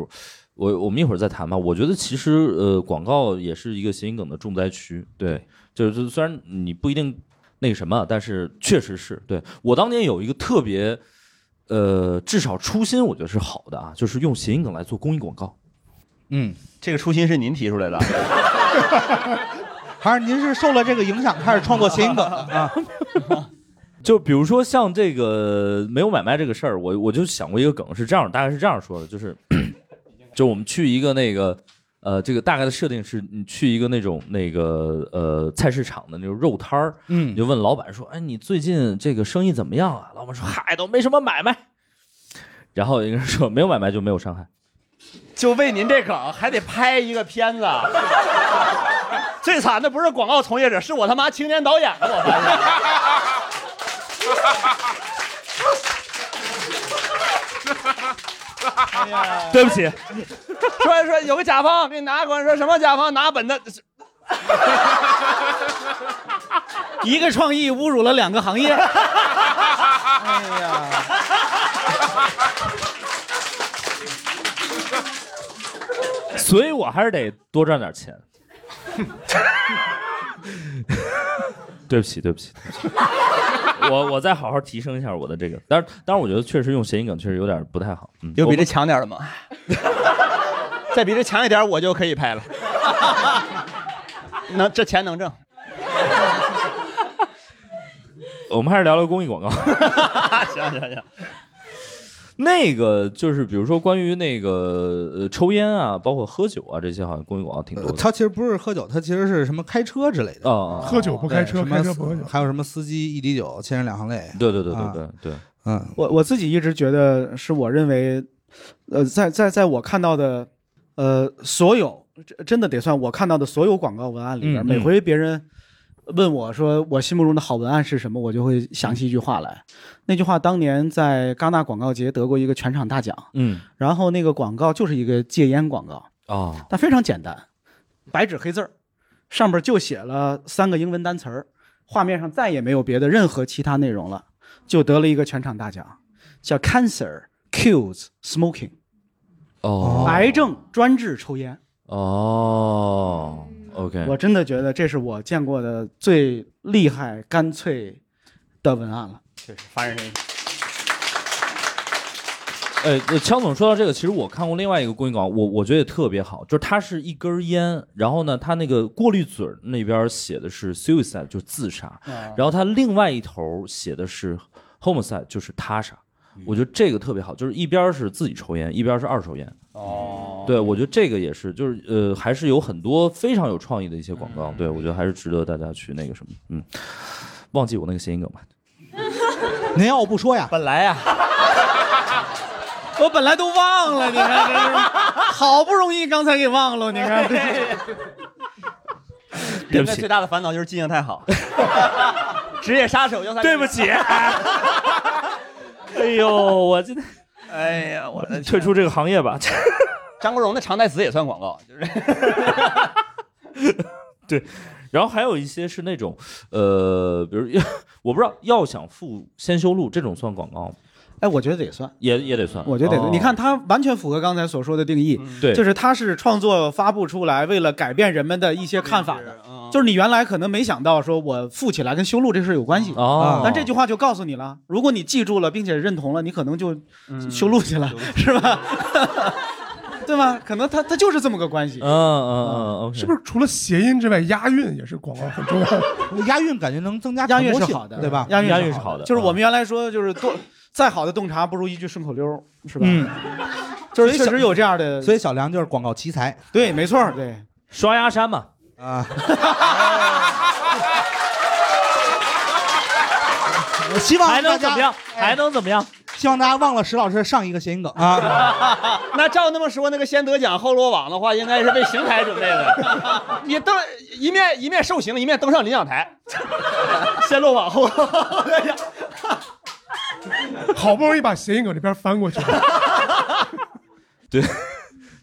我我们一会儿再谈吧。我觉得其实呃广告也是一个谐音梗的重灾区，对，就是虽然你不一定那个什么，但是确实是对我当年有一个特别，呃，至少初心我觉得是好的啊，就是用谐音梗来做公益广告。嗯，这个初心是您提出来的，还是您是受了这个影响开始创作谐音梗的啊？就比如说像这个没有买卖这个事儿，我我就想过一个梗，是这样，大概是这样说的，就是，就我们去一个那个，呃，这个大概的设定是，你去一个那种那个呃菜市场的那种肉摊儿，你嗯，就问老板说，哎，你最近这个生意怎么样啊？老板说，嗨，都没什么买卖。然后一个人说，没有买卖就没有伤害。就为您这梗还得拍一个片子。最惨的不是广告从业者，是我他妈青年导演了，我发现。对不起，说说有个甲方给你拿过来，说什么甲方拿本子，一个创意侮辱了两个行业。所以我还是得多赚点钱。 对不起，对不起，对不起，我我再好好提升一下我的这个。但是，但是我觉得确实用谐音梗确实有点不太好。嗯，有比这强点的吗？ 再比这强一点，我就可 以拍了。能，这钱能挣。我们还是聊聊公益广告。行行行，那个就是比如说关于那个呃抽烟啊，包括喝酒啊这些，好像公益广告挺多的。他其实不是喝酒，他其实是什么开车之类的，啊、啊喝酒不开车，哦对什么开车不喝酒。还有什么司机一滴酒，千人两行泪，对对对对对对，嗯，我我自己一直觉得是我认为，呃，在在在我看到的，呃，所有这真的得算我看到的所有广告文案里边，嗯每嗯回别人问我说我心目中的好文案是什么，我就会想起一句话来。那句话当年在戛纳广告节得过一个全场大奖，嗯然后那个广告就是一个戒烟广告，啊但非常简单，白纸黑字儿，上边就写了三个英文单词儿，画面上再也没有别的任何其他内容了，就得了一个全场大奖，叫 Cancer Kills Smoking，、哦癌症专治抽烟。哦，OK，我真的觉得这是我见过的最厉害、干脆的文案了。发人深省。呃，呃枪总说到这个，其实我看过另外一个公益广告，我我觉得也特别好，就是它是一根烟，然后呢，它那个过滤嘴儿那边写的是 suicide，就是自杀，啊然后它另外一头写的是 homicide，就是他杀。嗯我觉得这个特别好，就是一边是自己抽烟，一边是二手烟。哦，对，我觉得这个也是，就是呃，还是有很多非常有创意的一些广嗯告。对，我觉得还是值得大家去那个什么，嗯，忘记我那个谐音梗吧。啊您要不说呀，本来呀、我本来都忘了，你看这 是，好不容易刚才给忘了，你看这是。人类最大的烦恼就是记性太 好。职业杀手幺三，对不 起。哎呦，我今天，哎呀，我 的退出这个行业吧。张国荣的长代词也算广告，就是对，然后还有一些是那种，呃，比如 我不知道要想富先修路这种算广告吗？ 哎，我觉得也算，也也得算。我觉得得，哦你看，它完全符合刚才所说的定义，嗯对就是它是创作发布出来，为了改变人们的一些看法嗯的，嗯就是你原来可能没想到，说我富起来跟修路这事儿有关系哦啊但这句话就告诉你了，如果你记住了并且认同了，你可能就嗯修路去了， 是吧？对吧？可能它它就是这么个关系。嗯嗯嗯，OK，是不是除了谐音之外，押韵也是广告很重要的？押韵感觉能增加押韵传播是性好的，对吧？押韵押韵韵是好的嗯就是我们原来说，就是多再好的洞察不如一句顺口溜儿，是吧？嗯嗯，就是确实有这样的，所以小梁就是广告奇才对，没错儿，对。刷牙山嘛，啊。我希啊望还大能怎么家样？哎还能怎么样？希望大家忘了石老师上一个谐音梗啊！ 那照那么说，那个先得奖后落网的话，应该是为邢台准备的。 你登一面一面受刑，一面登上领奖 台，先落网后落网。好不容易把谐音梗这边翻过去了，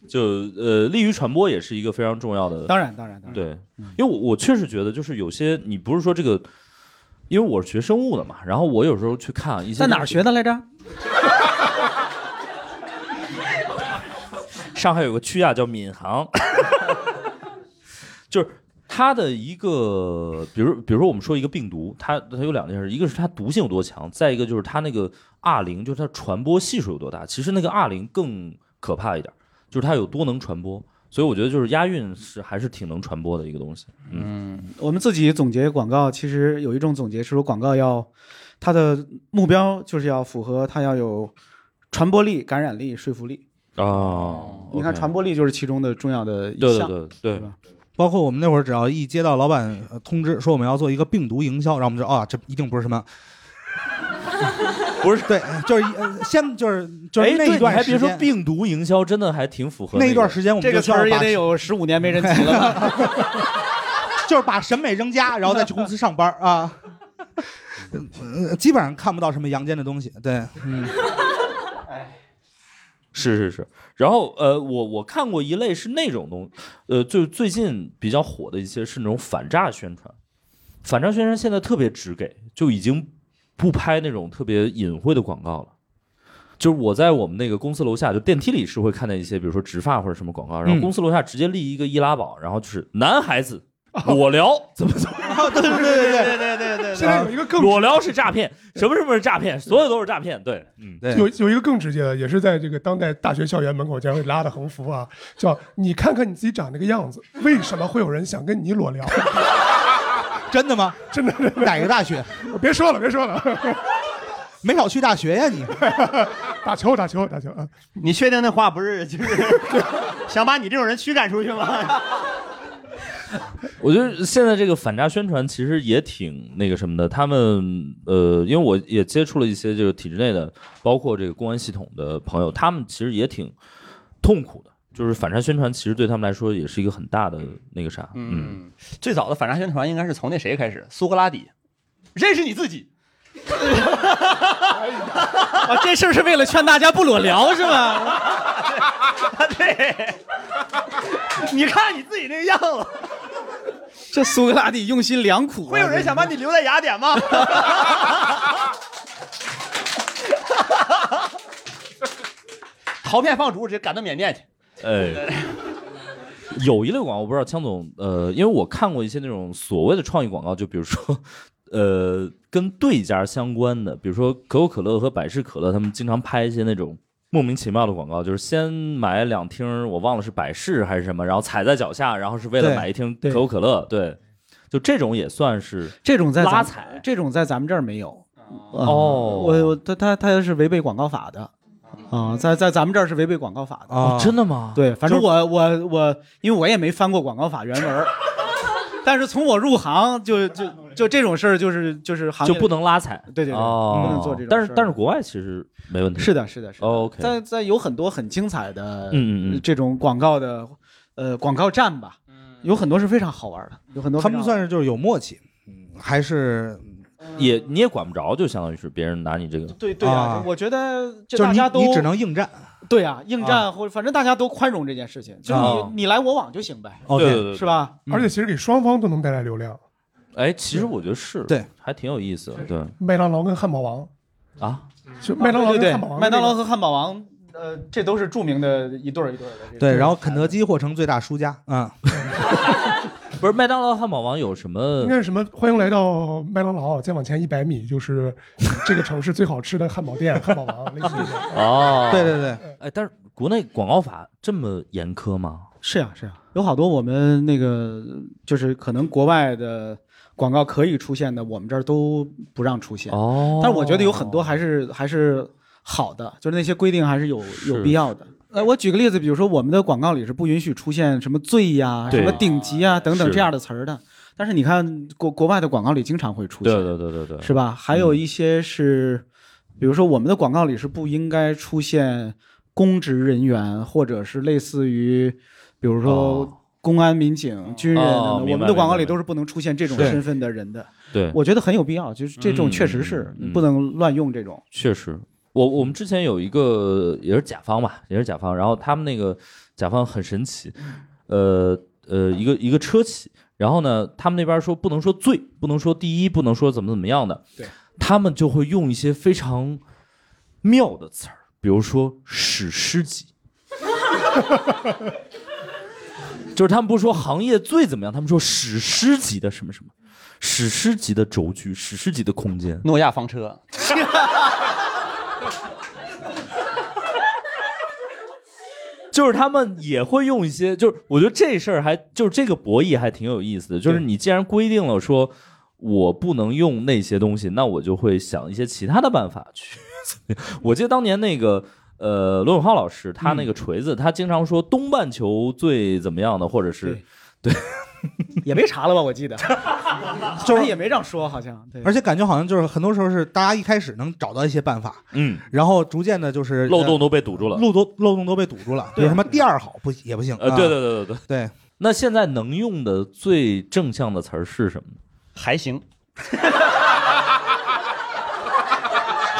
就呃，利于传播也是一个非常重要的当然，当然，嗯当然。对，因为我我确实觉得，就是有些你不是说这个，因为我是学生物的嘛，然后我有时候去看一些在哪儿东西学？的来着？上海有个区啊叫闵行， 就是它的一个，比如比如说我们说一个病毒，它它有两件事，一个是它毒性有多强，再一个就是它那个 R 零，就是它传播系数有多大。其实那个 R 零更可怕一点，就是它有多能传播。所以我觉得就是押韵是还是挺能传播的一个东西。我们自己总结广告，其实有一种总结是说，广告要它的目标就是要符合它要有传播力、感染力、说服力。哦你看，传播力就是其中的重要的一对对项。对哎对吧，包括我们那会儿，只要一接到老板呃通知说我们要做一个病毒营销，然后我们就啊，这一定不是什么，不是对，就是一呃先就是就是哎那对一你段还别时说间，病毒营销真的还挺符合那个一段时间我们这就个需词要儿也把得有十五年没人提了吧？就是把审美扔家，然后再去公司上班啊。呃基本上看不到什么阳间的东西，对，嗯，是是是，然后呃，我我看过一类是那种东，呃，就最近比较火的一些是那种反诈宣传，反诈宣传现在特别直给，就已经不拍那种特别隐晦的广告了。就是我在我们那个公司楼下，就电梯里是会看见一些，比如说植发或者什么广告，然后嗯公司楼下直接立一个易拉宝，然后就是男孩子裸聊怎么怎么，对对对对对对对现在有一个啊更裸聊是诈骗，什么什么是诈骗，所有都是诈骗，对，嗯，对，有有一个更直接的，也是在这个当代大学校园门口竟然会拉的横幅啊，叫“你看看你自己长那个样子，为什么会有人想跟你裸聊 真的吗？”？真的，真哪个大学？的别说了，别说了， 没少去大学呀你。啊打球，打球，打球啊！你确定那话不是就是想把你这种人驱赶出去吗？我觉得现在这个反诈宣传其实也挺那个什么的，他们呃，因为我也接触了一些这个体制内的，包括这个公安系统的朋友，他们其实也挺痛苦的，就是反诈宣传其实对他们来说也是一个很大的那个啥，嗯，嗯，最早的反诈宣传应该是从那谁开始，苏格拉底，认识你自己。啊，这事儿是为了劝大家不裸聊是吧？ 对，你看你自己那个样子，这苏格拉底用心良苦、啊。会有人想把你留在雅典 吗？陶片放逐，直接赶到缅甸去。哎。有一类广告我不知道，枪总，呃，因为我看过一些那种所谓的创意广告，就比如说，呃，跟对家相关的，比如说可口可乐和百事可乐，他们经常拍一些那种莫名其妙的广告，就是先买两听儿，我忘了是百事还是什么，然后踩在脚下，然后是为了对买一听可对口可乐，对，就这种也算是 这种在咱拉踩这种在咱们这儿没有。呃哦我我他他他是违背广告法的，啊、在在咱们这儿是违背广告法的。啊哦真的吗？对，反正我我 我，因为我也没翻过广告法原文儿，但是从我入行就就就这种事儿，就是就是行业就不能拉踩，对对对，哦不能做这种事儿。但是但是国外其实没问题，哦是的，是的，是的。 OK 在在有很多很精彩的，嗯嗯嗯这种广告的，呃，广告站吧，嗯有很多是非常好玩的，有很多他们非常好玩算是就是有默契，嗯还是也你也管不着，就相当于是别人拿你这个，对对啊啊，我觉得就就是大你家都你只能应战。对啊，应战或者反正大家都宽容这件事情，就啊你你来我往就行呗，哦对 OK，对对，是？吧？嗯而且其实给双方都能带来流量。哎，其实我觉得是，对，还挺有意思的，对麦当劳跟汉堡王，啊，就麦当劳对跟对汉堡王，麦当劳和汉堡王，呃，这都是著名的一对儿一对儿的这种。对，然后肯德基或成最大输家，嗯，不是麦当劳、汉堡王有什么应该？是什么？欢迎来到麦当劳，再往前一百米就是这个城市最好吃的汉堡店，汉堡王，类似于这种。 哦，对，对对，哎，但是国内广告法这么严苛吗？是呀、是啊呀、有好多我们那个就是可能国外的广告可以出现的，我们这儿都不让出现。哦，但是我觉得有很多还是还是好的，就是那些规定还是有有必要的。呃，我举个例子，比如说我们的广告里是不允许出现什么“最”呀、对什么“顶级”啊等等是这样的词儿的，但是你看国国外的广告里经常会出现，对对对对对，嗯是吧？还有一些是，比如说我们的广告里是不应该出现公职人员，或者是类似于，比如哦说公安、民警、军人等等、哦明白我们的广告里明白都是不能出现这种是身份的人的。对，我觉得很有必要，就是这种嗯确实是、嗯嗯不能乱用这种。确实，我我们之前有一个也是甲方吧，也是甲方，然后他们那个甲方很神奇，呃呃，一个一个车企，然后呢，他们那边说不能说最，不能说第一，不能说怎么怎么样的，对，他们就会用一些非常妙的词儿，比如说史诗级。 就是他们不说行业最怎么样，他们说史诗级的什么什么，史诗级的轴距，史诗级的空间，诺亚房车，就是他们也会用一些，就是我觉得这事儿还就是这个博弈还挺有意思的，就是你既然规定了说我不能用那些东西，那我就会想一些其他的办法去。 我记得当年那个。呃，罗永浩老师他那个锤子，他经常说东半球最怎么样的，或者是也没查了吧？我记得，就是也没让说，好像对。而且感觉好像就是很多时候是大家一开始能找到一些办法，嗯，然后逐渐的就是呃漏洞都被堵住了。漏洞漏洞都被堵住了，比如什么第二好不也不行，呃，啊对对对对对。对，那现在能用的最正向的词儿是什么呢？还行。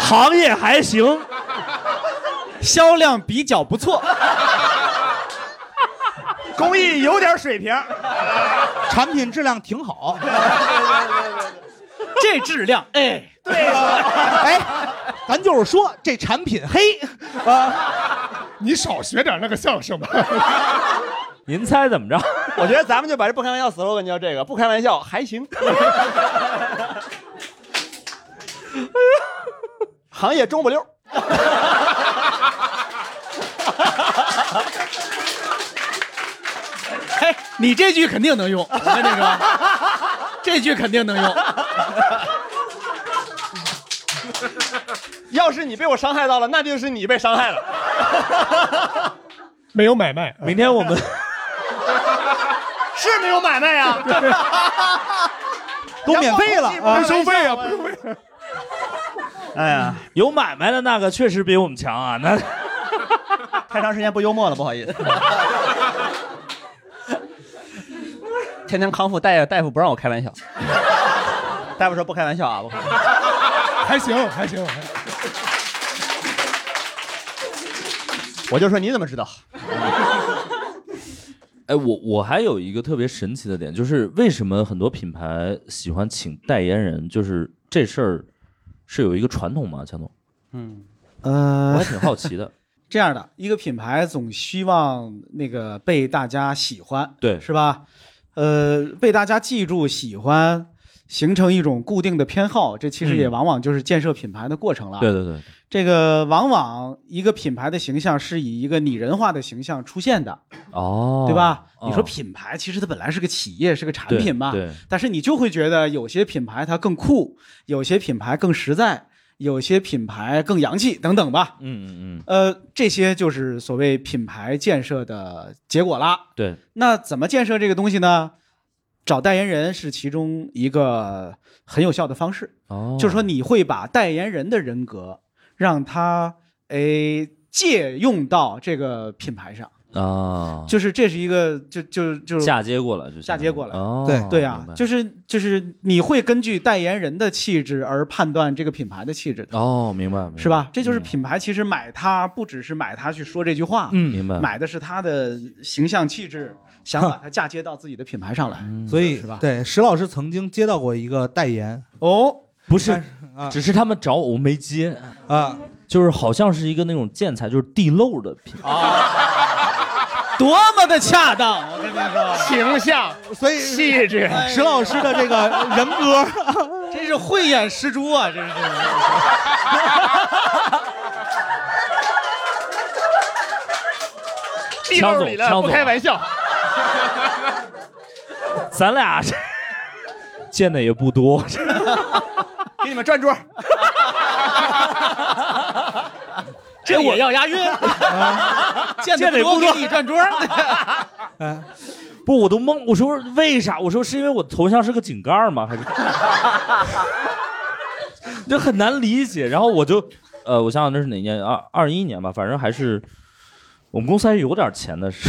行业还行，销量比较不错，工艺有点水平，产品质量挺好， 这质量哎，哎，咱就是说这产品嘿，啊，你少学点那个相声吧。您猜怎么着？我觉得咱们就把这不开玩笑 slogan 叫这个，不开玩笑还行。 行业中不溜， 哎，你这句肯定能用，我跟你说， 这句肯定能用。要是你被我伤害到了，那就是你被伤害了。没有买卖，啊明天我们是没有买卖呀、啊， 都免费了啊不，收费啊，不收费。 哎呀，有买卖的那个确实比我们强啊。那太长时间不幽默了，不好意思。 天天康复大夫大夫不让我开玩笑，大夫说不开玩笑啊，不开玩笑。还行，还行。还行我就说你怎么知道？哎，我我还有一个特别神奇的点，就是为什么很多品牌喜欢请代言人？就是这事儿是有一个传统吗？强总，我呃还，挺好奇 的。这样的一个品牌总希望那个被大家喜欢，对是吧？呃，被大家记住、喜欢，形成一种固定的偏好，这其实也嗯往往就是建设品牌的过程了。对对对，这个往往一个品牌的形象是以一个拟人化的形象出现的，哦，对吧？哦你说品牌其实它本来是个企业，是个产对品嘛，对，但是你就会觉得有些品牌它更酷，有些品牌更实在，有些品牌更洋气等等吧。嗯嗯嗯，呃，这些就是所谓品牌建设的结果啦。对，那怎么建设这个东西呢？找代言人是其中一个很有效的方式。哦就是说你会把代言人的人格让他诶借用到这个品牌上，啊，就是这是一个就就就嫁接过了，就嫁接过来。哦，对啊明白，就是就是你会根据代言人的气质而判断这个品牌的气质的，哦，明白，明白是？吧？这嗯就是品牌其实买它不只是买它去说这句话， 嗯明白。买的是它的形象气质，想把它嫁接到自己的品牌上来。所以是吧对石老师曾经接到过一个代言哦，不是，啊只是他们找我，我没接，啊，就是好像是一个那种建材，就是地漏的品牌。多么的恰当！我跟你说，形象、所以气质， 石老师的这个人格，真是慧眼识珠啊！这是这是。地沟里枪了，啊总不开玩笑。咱俩是见的也不多，给你们 转桌，这我要押韵， 见得得多不多给你转桌。 不，我都懵。我说为啥？我说是因为我头像是个井盖儿吗？还 是？这很难理解。然后我就，呃，我想想那是哪年？二二一年吧，反正还是我们公司还是有点钱的是，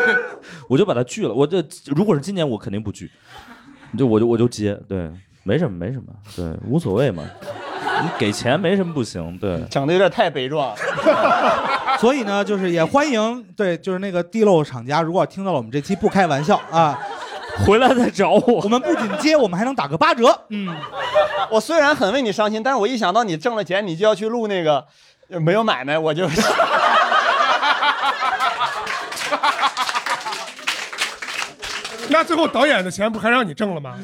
我就把它拒了。我这如果是今年，我肯定不拒，就我就我就接，对，没什么，没什么，对，无所谓 嘛。你给钱没什么不行，对，整的有点太悲壮。 所以呢，就是也欢迎对，就是那个地漏厂家，如果听到了我们这期不开玩笑啊，回来再找我我。们不仅接，我们还能打个八折。嗯，我虽然很为你伤心，但是我一想到你挣了钱，你就要去录那个呃没有买卖，我就那最后导演的钱不还让你挣了吗？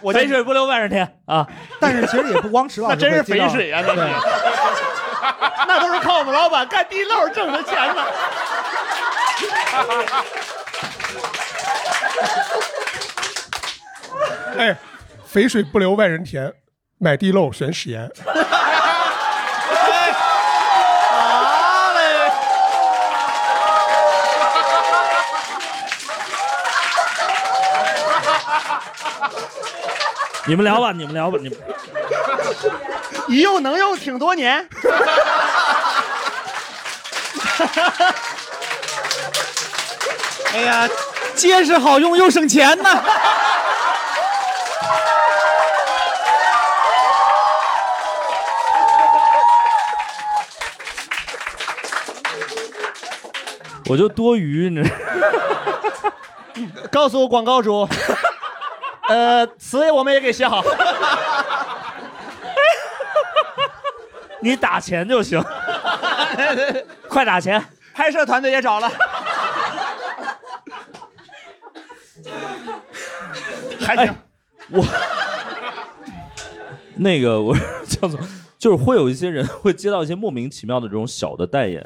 我就肥水不流外人田啊！但是其实也不光石老那 师，真是肥，水啊！那是， 那都是靠我们老板干地漏挣的钱呢。哎，肥水不流外人田，买地漏选史岩。你们聊吧，你们聊吧，你们一用能用挺多年。 哎呀，结实好用又省钱呢。我就多余，你知道告诉广告 主，呃，词我们也给写好。你打钱就行，快打钱。拍摄团队也找了，还哎行。 那个我叫做就是会有一些人会接到一些莫名其妙的这种小的代言，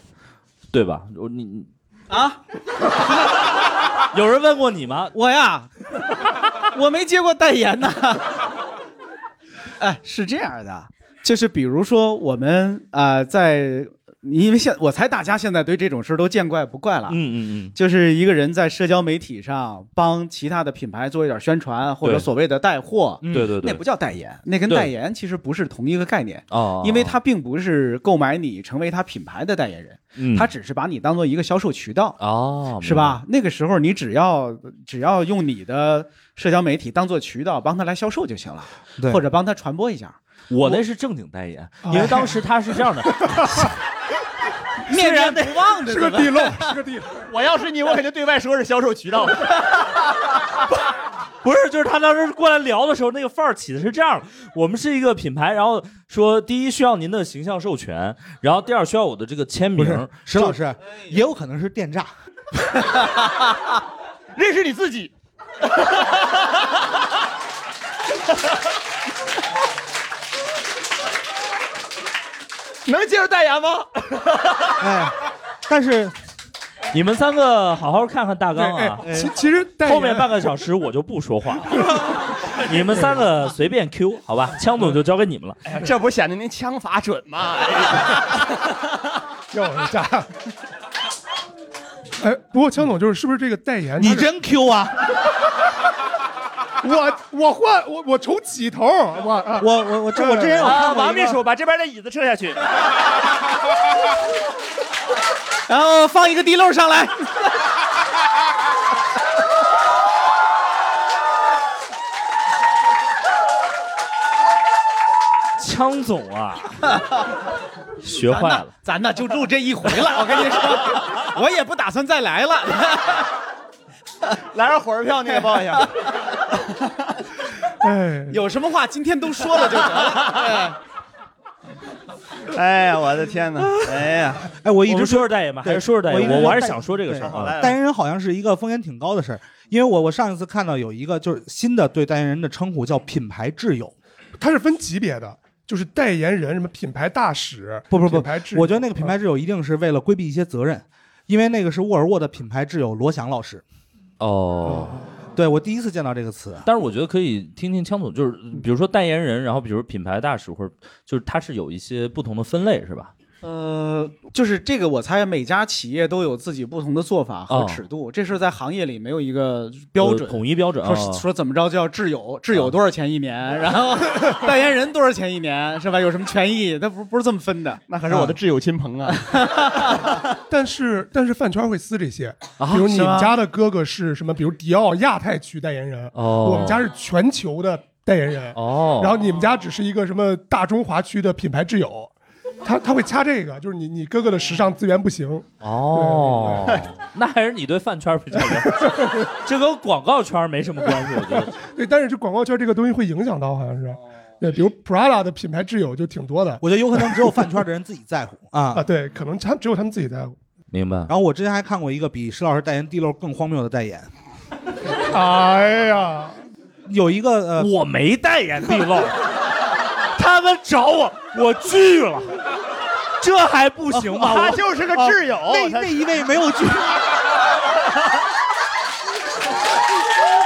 对吧？我你你啊， 有人问过你吗？我呀，我没接过代言呢。哎，是这样的，就是比如说我们啊、呃在因为现我猜大家现在对这种事儿都见怪不怪了。嗯嗯就是一个人在社交媒体上帮其他的品牌做一点宣传，或者对所谓的带货，嗯，对对对，那不叫代言，那跟对代言其实不是同一个概念，哦，因为他并不是购买你成为他品牌的代言人，嗯他只是把你当做一个销售渠道，哦，是吧？那个时候你只要只要用你的社交媒体当做渠道帮他来销售就行了，对或者帮他传播一下。明白？我那是正经代言，因为当时他是这样的，念念不忘的是个地漏，是个地漏。 我要是你，我肯定对外说是销售渠 道。不是，就是他当时过来聊的时候，那个范儿起的是这样的：我们是一个品牌，然后说第一需要您的形象授权，然后第二需要我的这个签不名是。石老师，也有可能是电诈。认识你自己。能接受代言吗？哎，但是你们三个好好看看大纲哎啊，哎，其其实代言后面半个小时我就不说话了， 你们三个随便 Q 好吧，枪总就交给你们了。哎这不显得您枪法准 吗？要我一下。哎，不过枪总就是是不是这个代言？你他是真 Q 啊！我我换我我重起头，我啊我我我这我之嗯前有啊看过一个王秘书，把这边的椅子撤下去。然后放一个地漏上来。枪总啊，学坏了。 咱那就录这一回了，我跟你 说，我也不打算再来 了。来张火车票，你给报 一下。哎，有什么话今天都说了就得 了。哎呀，我的天哪！哎呀，哎，我我一们直说说代言吧，还是说说代我一言？直我我还是说代想说这个事儿对啊。来代言人好像是一个风险挺高的事儿，因为我我上一次看到有一个就是新的对代言人的称呼叫品牌挚友，它是分级别的，就是代言人什么品牌大使，不不不品牌制，我觉得那个品牌挚友一定是为了规避一些责任，因为那个是沃尔沃的品牌挚友罗翔老师，哦，对我第一次见到这个词，但是我觉得可以听听枪总，就是比如说代言人，然后比如品牌大使，或者就是他是有一些不同的分类，是吧？呃，就是这个，我猜每家企业都有自己不同的做法和哦尺度，这事儿在行业里没有一个标准呃。统一标准啊 说。说怎么着叫挚友，挚友多少钱一年，然 后代言人多少钱一年，是吧？有什么权益？他不不是这么分的。嗯那可是 我的挚友亲朋啊！但是但是饭圈会撕这些，啊比如你是吗们家的哥哥是什么？比如迪奥亚太区代言人，哦，我们家是全球的代言人，哦，然后你们家只是一个什么大中华区的品牌挚友。他他会掐这个，就是你你哥哥的时尚资源不行，哦，那还是你对饭圈比较了解，这跟广告圈没什么关系，我觉得。对，但是这广告圈这个东西会影响到，好像是，对，比如 Prada 的品牌挚友就挺多的我觉得有可能只有饭圈的人自己在乎啊啊，。 对，可能他只有他们自己在乎明白。然后我之前还看过一个比石老师代言地漏更荒谬的代言，哎呀，有一个呃，我没代言地漏，他们找我，我拒了，这还不行吗？他我啊就是哦个挚友，那他那一位没有拒，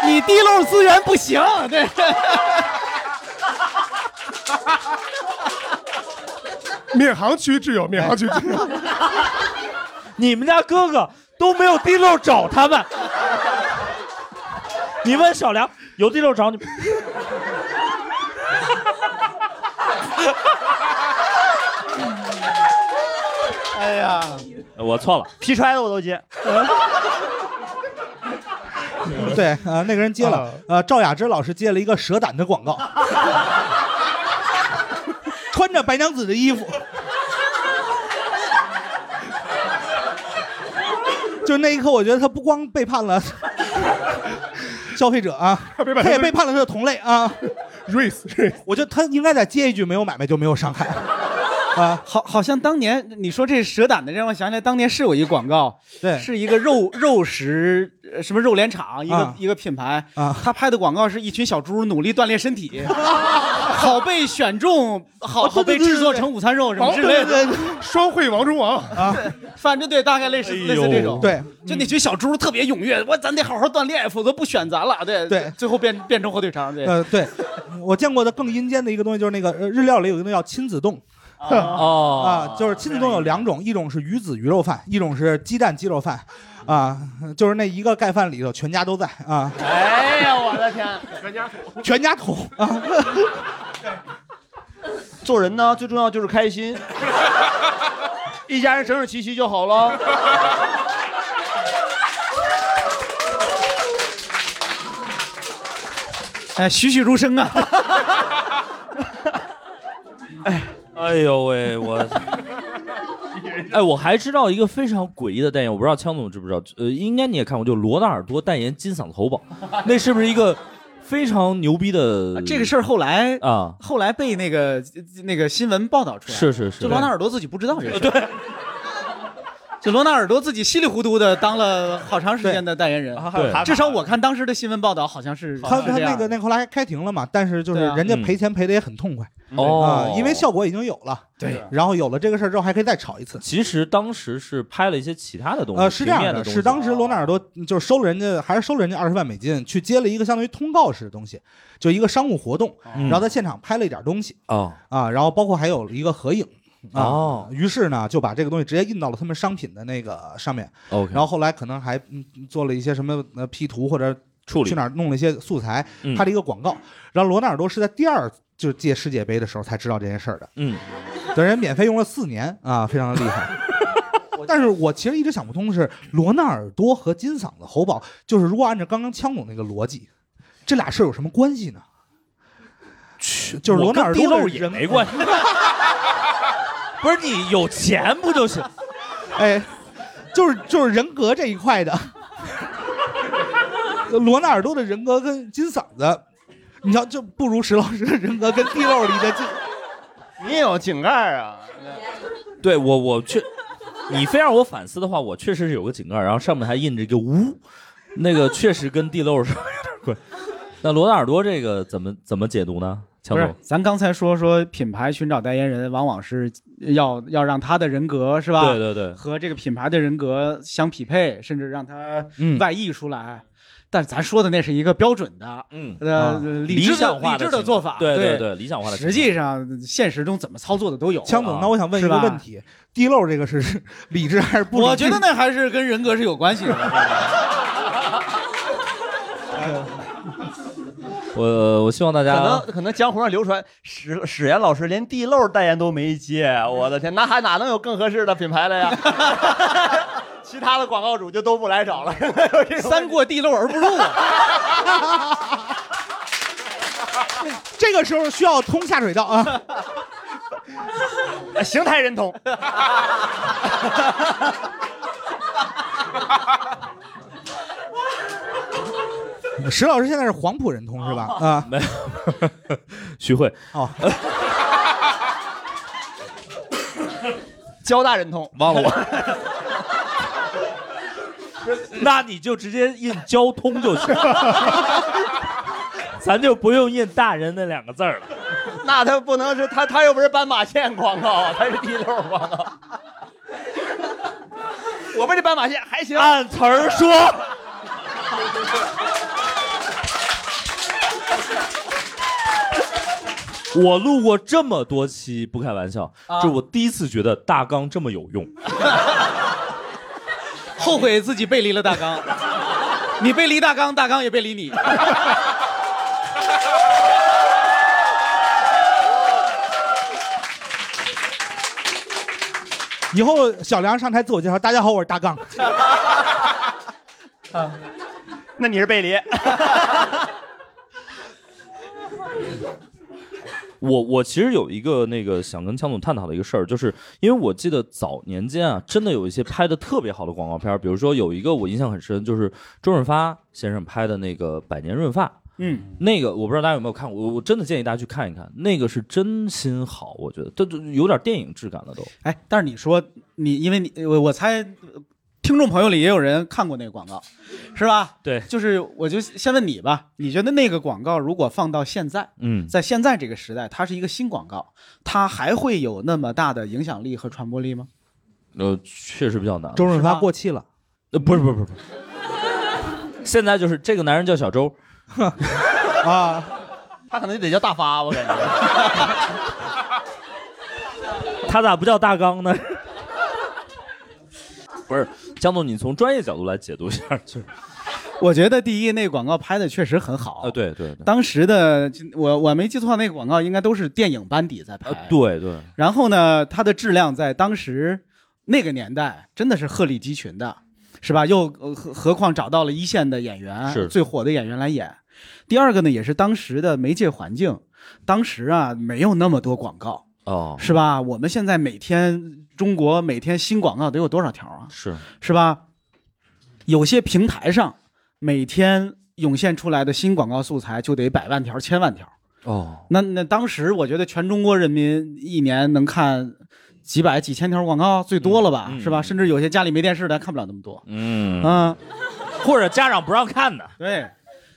你地漏资源不行，对，闵行区挚友，闵行区挚友。你们家哥哥都没有地漏找他们。你问小梁有地漏找你，哎呀，我错了，皮揣子我都接。 对呃，那个人接了啊，呃，赵雅芝老师接了一个蛇胆的广告，穿着白娘子的衣服。就那一刻，我觉得他不光背叛了消费者啊，背叛他也背叛了他的同类啊。 Race Race，我觉得他应该再接一句“没有买卖就没有伤害”，啊，好，好像当年你说这蛇胆的，让我想起来当年是有一广 告，对，是一个肉肉食呃什么肉联厂一个、啊一个品牌啊他拍的广告是一群小猪努力锻炼身体， 好被选中，好哦好对被对对制作对对成午餐肉什么王之类的，双汇王中王，啊反哦正对，哎大概类似、类似这哦种。，对就那群小猪特别踊跃，我咱得好好锻炼，否则不选咱了。对对最后变变成火腿肠。对， 呃对，我见过的更阴间的一个东西就是那个呃日料里有一个叫亲 子冻哦啊，就是亲子冻有两种，一种是鱼子鱼肉饭，一种是鸡蛋鸡肉饭，啊，就是那一个盖饭里头全家都在啊，哎呀，我的天！全家桶啊，哦做人呢，最重要就是开心， 一家人整整齐齐就好了。哎，栩栩如生啊！哎呦喂， 我，哎，我还知道一个非常诡异的代言，我不知道枪总知不知道，呃，应该你也看过，就罗纳尔多代言金嗓子喉宝，那是不是一个非常牛逼 啊的？这个事儿后来啊，后来被那个那个新闻报道出来，啊是是是，就罗纳尔多自己不知道这事。对。就罗纳尔多自己稀里糊涂的当了好长时间的代言人，啊啊对至少我看当时的新闻报道好像是他是这他那样个的。那后来开庭了嘛，但是就是对啊人家嗯赔钱赔的也很痛快哦啊，，因为效果已经有了，对，然后有了这个事儿之后还可以再炒一次。其实当时是拍了一些其他的东西，呃，是这样平面的，东西哦是当时罗纳尔多就是收了人家，还是收了人家二十万美金，去接了一个相当于通告式的东西，就一个商务活动，嗯然后在现场拍了一点东西哦啊，然后包括还有一个合影啊。哦于是呢，就把这个东西直接印到了他们商品的那个上面， ，OK，然后后来可能还嗯做了一些什么呃 P 图或者处理去哪儿弄了一些素材嗯，拍了一个广告。然后罗纳尔多是在第二就是届世界杯的时候才知道这件事儿的，嗯，等人免费用了四年啊，非常的厉害。但是我其实一直想不通的是，罗纳尔多和金嗓子喉宝，就是如果按照刚刚枪总那个逻辑，这俩事儿有什么关系呢？去，就是罗纳尔多我跟地的漏也人没关系。 不是你有钱不就行？哎，就是就是人格这一块的。罗纳尔多的人格跟金嗓子，你要就不如石老师的人格跟地漏里的金。你也有井盖啊？对我我确，你非让我反思的话，我确实是有个井盖，然后上面还印着一个屋，那个确实跟地漏是有点关系。那罗纳尔多这个怎么怎么解读呢？强不是总，，咱刚才说说品牌寻找代言人，往往是要要让他的人格是吧？对对对，和这个品牌的人格相匹配，甚至让它嗯外溢出来。但咱说的那是一个标准的，嗯，呃啊，理智想化理智情的况做法。对对对，理想化的情况。实际上现实中怎么操作的都有。枪总，那我想问一是个吧问 题：地漏这个是是理智还是不理智？我觉得那还是跟人格是有关系的。我我希望大可能家可能江湖上流传史史岩老师连地漏代言都没接，我的天，那还哪能有更合适的品牌了呀？ 其他的广告主就都不来找了。 三过地漏而不入，啊这个时候需要通下水道 啊！邢台人通， 石老师现在是黄埔人通是吧？啊，没有 徐汇哦，交大人通，忘了我。那你就直接印交通就行， 咱就不用印“大人”那两个字儿了。那他不能是他他又不是斑马线广告啊，他是地漏广告。我们这斑马线还行， 按词儿说，我录过这么多期，不开玩笑，这是我第一次觉得大纲这么有用。后悔自己背离了大纲。 你背离大纲，大纲也背离你。以后小梁上台自我介绍，大家好，我是大杠。那你是贝离。我我其实有一个那个想跟强总探讨的一个事儿，就是因为我记得早年间啊，真的有一些拍的特别好的广告片儿，比如说有一个我印象很深，就是周润发先生拍的那个《百年润发》。嗯，那个我不知道大家有没有看过，我我真的建议大家去看一看，那个是真心好，我觉得这这有点电影质感了都。哎，但是你说你，因为你我我猜，呃听众朋友里也有人看过那个广告，是吧？对就是我就先问你吧，你觉得那个广告如果放到现在，嗯，在现在这个时代，它是一个新广告，它还会有那么大的影响力和传播力吗？呃，确实比较难。周润是发吧过气了，呃，不是不是不是不是， 现在就是这个男人叫小周，他可能就得叫大发，我感 觉。他咋不叫大纲呢？ 不是，江总，你从专业角度来解读一下，就是我觉得第一，那个广告拍的确实很好。啊，对对对，当时的我我没记错，那个广告应该都是电影班底在拍。啊对对，然后呢，它的质量在当时那个年代真的是鹤立鸡群的，是吧？又呃何何况找到了一线的演员，是最火的演员来演。第二个呢，也是当时的媒介环境，当时啊没有那么多广告，哦，是吧？我们现在每天中国每天新广告得有多少条啊？是是吧？有些平台上每天涌现出来的新广告素材就得百万条、千万条。哦，那那当时我觉得全中国人民一年能看几百几千条广告最多了吧，嗯嗯是吧？甚至有些家里没电视的还看不了那么多。嗯，嗯，或者家长不让看的，对，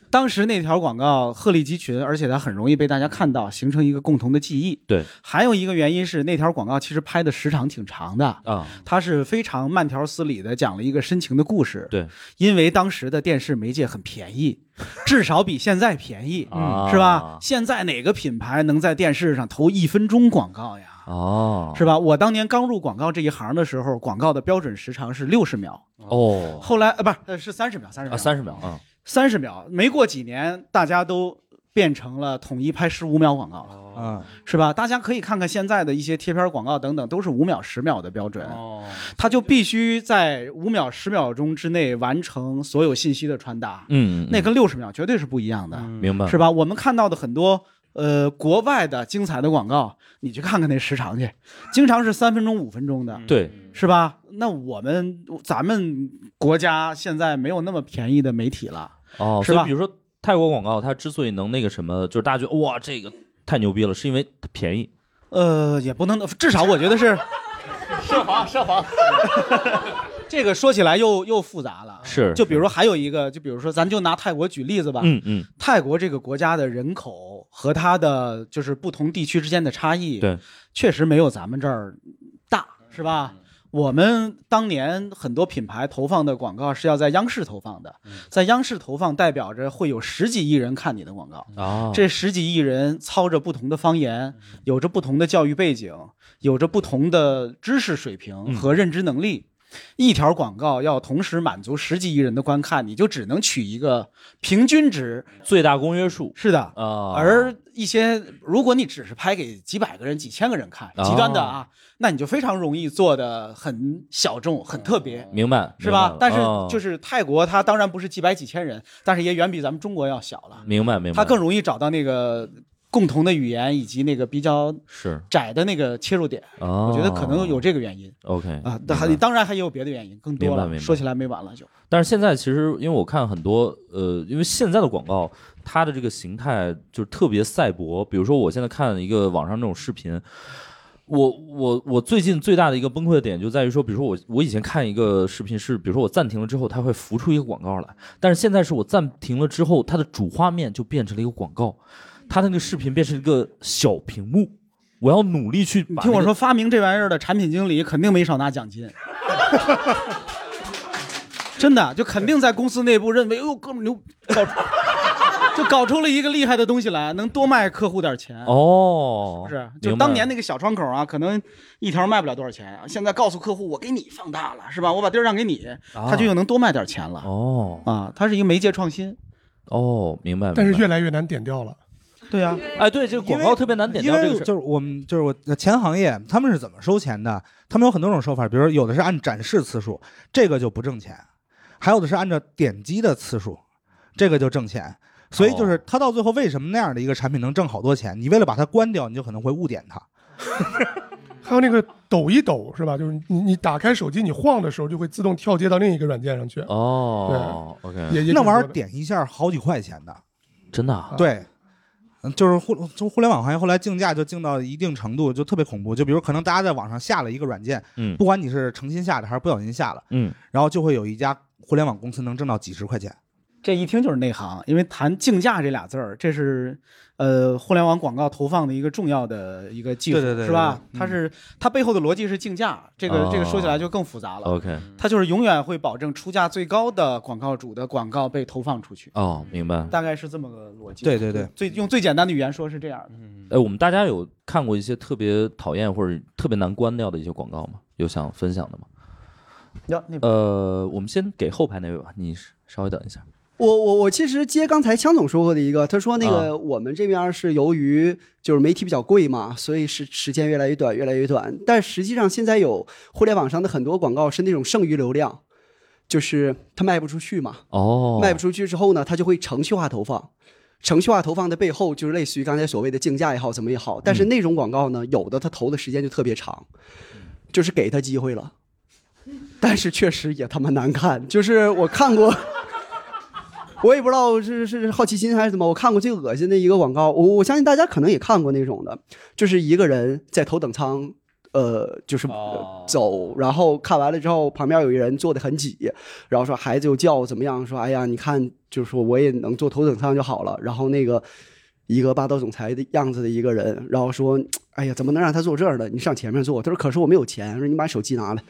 当时那条广告鹤立鸡群，而且它很容易被大家看到，形成一个共同的记忆。对，还有一个原因是那条广告其实拍的时长挺长的，啊，它是非常慢条斯理的讲了一个深情的故事。对，因为当时的电视媒介很 便宜，至少比现在便宜，啊是吧？现在哪个品牌能在电视上投一分钟广告呀？哦，是吧？我当年刚入广告这一行的时候，广告的标准时长是六十秒，哦，后来呃不是呃是三十秒，三十啊，秒，三十秒啊，三十秒，没过几年，大家都变成了统一拍十五秒广告哦了。啊，是吧？大家可以看看现在的一些贴片广告等等，都是五秒、十秒的标准。哦，它就必须在五秒、十秒钟之内完成所有信息的传达。嗯嗯嗯嗯那跟六十秒绝对是不一样的，明白是吧？我们看到的很多呃国外的精彩的广告，你去看看那时长去，经常是三分钟、五分钟的。对，是吧？那我们咱们国家现在没有那么便宜的媒体了，哦，是所以吧比如说泰国广告，它之所以能那个什么，就是大家觉得哇，这个太牛逼了，是因为它便宜。呃，也不能，至少我觉 得是设防设防， 这个说起来又又复杂了。是就比如还有一个，就比如说，咱就拿泰国举例子吧。嗯嗯，泰国这个国家的人口和它的就是不同地区之间的差异，对，确实没有咱们这儿大，是吧？我们当年很多品牌投放的广告是要在央视投放的，在央视投放代表着会有十几亿人看你的广告，啊，这十几亿人操着不同的方言，有着不同的教育背景，有着不同的知识水平和认知能力。一条广告要同时满足十几亿人的观看，你就只能取一个平均值。最大公约数是的，啊，而一些如果你只是拍给几百个人、几千个人看，哦极端的啊，那你就非常容易做的很小众、很特别。哦明白哦是吧？但是就是是泰国，它当然不是几百几千人，但是也远比咱们中国要小了。明白明白，它更容易找到那个共同的语言以及那个比较是，窄的那个切入点。哦我觉得可能有这个原因 OK 啊，明但还白当然还有别的原因，更多明白明了，白说起来没完了就。但是现在其实，因为我看很多，呃，因为现在的广告，它的这个形态就是特别赛博。比如说，我现在看一个网上那种视频，我我我最近最大的一个崩溃的点就在于说，比如说我我以前看一个视频是，比如说我暂停了之后，它会浮出一个广告来，但是现在是我暂停了之后，它的主画面就变成了一个广告，它的那个视频变成一个小屏幕。我要努力去、你听我说，，发明这玩意儿的产品经理肯定没少拿奖金。真的，就肯定在公司内部认为，哟，哥们儿牛，搞出就搞出了一个厉害的东西来，能多卖客户点钱，哦，是不是？明就白当年那个小窗口啊，可能一条卖不了多少钱，啊现在告诉客户，我给你放大了，是吧？我把地儿让给你，他就又能多卖点钱了哦啊。它是一个媒介创新，哦，明白。但是明白越来越难点掉了。对啊呀，哎，对，这个广告特别难点因到这为个事儿就是我们就是我前行业他们是怎么收钱的？他们有很多种收法，比如有的是按展示次数，这个就不挣钱；还有的是按照点击的次数，这个就挣钱。所哦以就是他到最后为什么那样的一个产品能挣好多钱？你为了把它关掉，你就可能会误点它。还有那个抖一抖是吧？就是你你打开手机，你晃的时候就会自动跳接到另一个软件上去。哦，OK，也也那挺多玩意的儿点一下好几块钱的，真的啊对。嗯就是互就互联网行业后来竞价就竞到一定程度就特别恐怖，就比如可能大家在网上下了一个软件，嗯不管你是诚心下的还是不小心下了，嗯，然后就会有一家互联网公司能挣到几十块钱。这一听就是内行，因为谈竞价这俩字儿，这是呃互联网广告投放的一个重要的一个技术，对对对对是吧？嗯它是它背后的逻辑是竞价，这个、哦这个说起来就更复杂了。 ，OK，它就是永远会保证出价最高的广告主的广告被投放出去，哦，明白。大概是这么个逻辑。对对嗯对，最用最简单的语言说是这样的。哎，我们大家有看过一些特别讨厌或者特别难关掉的一些广告吗？有想分享的吗？呀，那呃，我们先给后排那位吧，你稍微等一下。我我我其实接刚才枪总说过的一个，他说那啊个我们这边是由于就是媒体比较贵嘛，所以时时间越来越短，越来越短。但实际上现在有互联网上的很多广告是那种剩余流量，就是它卖不出去嘛，哦，卖不出去之后呢，它就会程序化投放。程序化投放的背后，就是类似于刚才所谓的竞价也好，怎么也好。但是那种广告呢，有的它投的时间就特别长，就是给他机会了，但是确实也他妈难看。就是我看过， 我也不知道是是是好奇心还是怎么，我看过最恶心的一个广告，我我相信大家可能也看过那种的，就是一个人在头等舱。呃，就是呃走，然后看完了之后，旁边有一人坐的很挤，然后说孩子又叫怎么样？说哎呀，你看，就是说我也能坐头等舱就好了。然后那个一个霸道总裁的样子的一个人，然后说哎呀，怎么能让他坐这儿呢？你上前面坐。他说可是我没有钱。说你把手机拿来。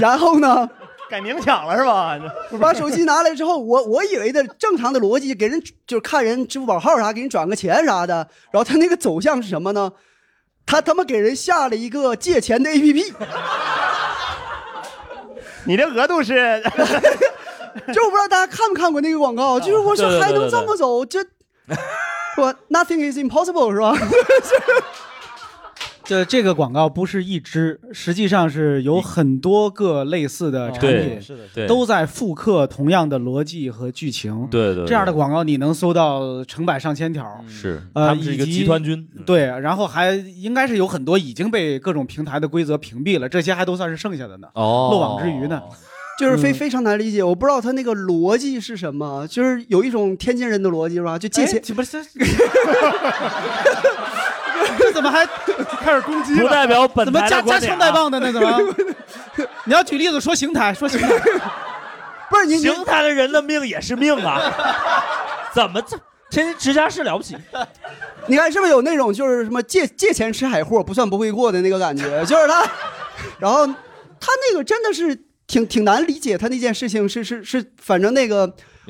然后呢，改名抢了是吧？把手机拿来之后，我我以为的正常的逻辑，给人就是看人支付宝号啥，给你转个钱啥的。然后他那个走向是什么呢？他他妈给人下了一个借钱的 APP。 你这额度是 就我不知道大家看没看过那个广告，就是我说对对对还能对这对么 走，这我 nothing is impossible 是吧？ 这这个广告不是一支，实际上是嗯有很多个类似的产品，对是的是的都在复刻同样的逻辑和剧情。嗯对对对这样的广告你能搜到成百上千条。是，呃，他们是一个以及集团军，对，然后还应该是有很多已经被各种平台的规则屏蔽了，这些还都算是剩下的呢，哦漏网之鱼呢。就是非嗯非常难理解，我不知道他那个逻辑是什么，就是有一种天津人的逻辑是吧？就借钱，哎不是？ 这怎么还开始攻击了不代表本怎么台的加加观点枪啊带棒的呢？怎么？你要举例子说邢台，说邢台，不是您邢台的人的命也是命 啊，怎么这天津直辖市了不起？你看是不是有那种就是什么借借钱吃海货不算不会过的那个感觉？就是他，然后他那个真的是挺挺难理解，他那件事情是是是，反正那个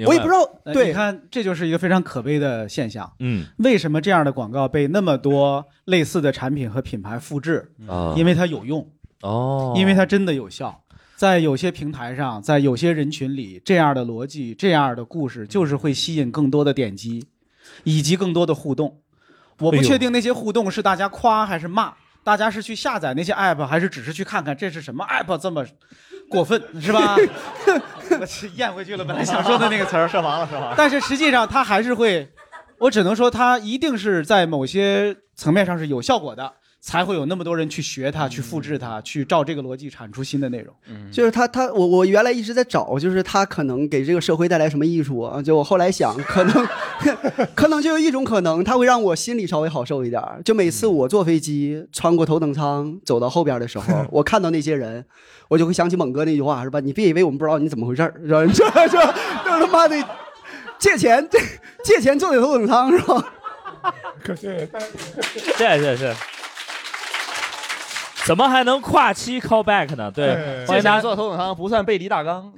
我也不知道呃，你对，看这就是一个非常可悲的现象。嗯，为什么这样的广告被那么多类似的产品和品牌复制？啊因为它有用，哦，因为它真的有效。在有些平台上，在有些人群里，这样的逻辑、这样的故事，就是会吸引更多的点击，以及更多的互动。我不哎呦确定那些互动是大家夸还是骂，大家是去下载那些 app，还是只是去看看这是什么 app 这么过分，是吧？ 我去咽回去了，本来想说的那个词儿。说完了，说完了。但是实际上它还是会，我只能说它一定是在某些层面上是有效果的，才会有那么多人去学它、去复制它、去照这个逻辑产出新的内容。就是他他我我原来一直在找，就是他可能给这个社会带来什么益处啊？就我后来想，可能 可能就有一种可能，他会让我心里稍微好受一点儿。就每次我坐飞机穿过头等舱走到后边的时候，我看到那些人，我就会想起猛哥那句话，是吧？你别以为我们不知道你怎么回事儿，是吧？ 这这这他妈的借钱借钱坐头等舱是吧？可是谢谢谢。怎么还能跨期 call back 呢？对嗯欢对，这迎大家家做头等舱不算背离大 纲。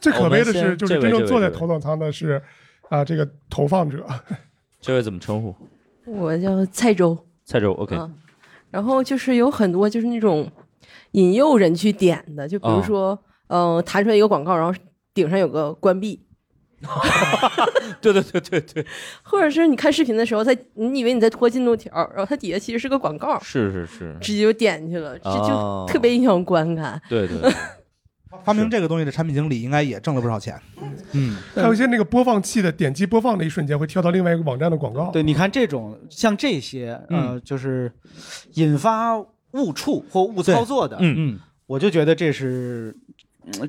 最可悲的我们是，先就是这位这真正位坐在这位头等舱的是啊，这个投放者。这位怎么称呼？我叫蔡州，蔡州，OK，嗯然后就是有很多就是那种引诱人去点的，就比如哦说，嗯、弹出来一个广告，然后顶上有个关闭，对对对对对，或者是你看视频的时候，它你以为你在拖进度条，然后它底下其实是个广 告，是是是，直接就点去了，这哦就特别影响观感。对对，对发明这个东西的产品经理应该也挣了不少钱。嗯，还有一些那个播放器的点击播放的一瞬间会跳到另外一个网站的广告。对，你看这种像这些，呃，就是引发误触或误操作的，嗯嗯，我就觉得这是。嗯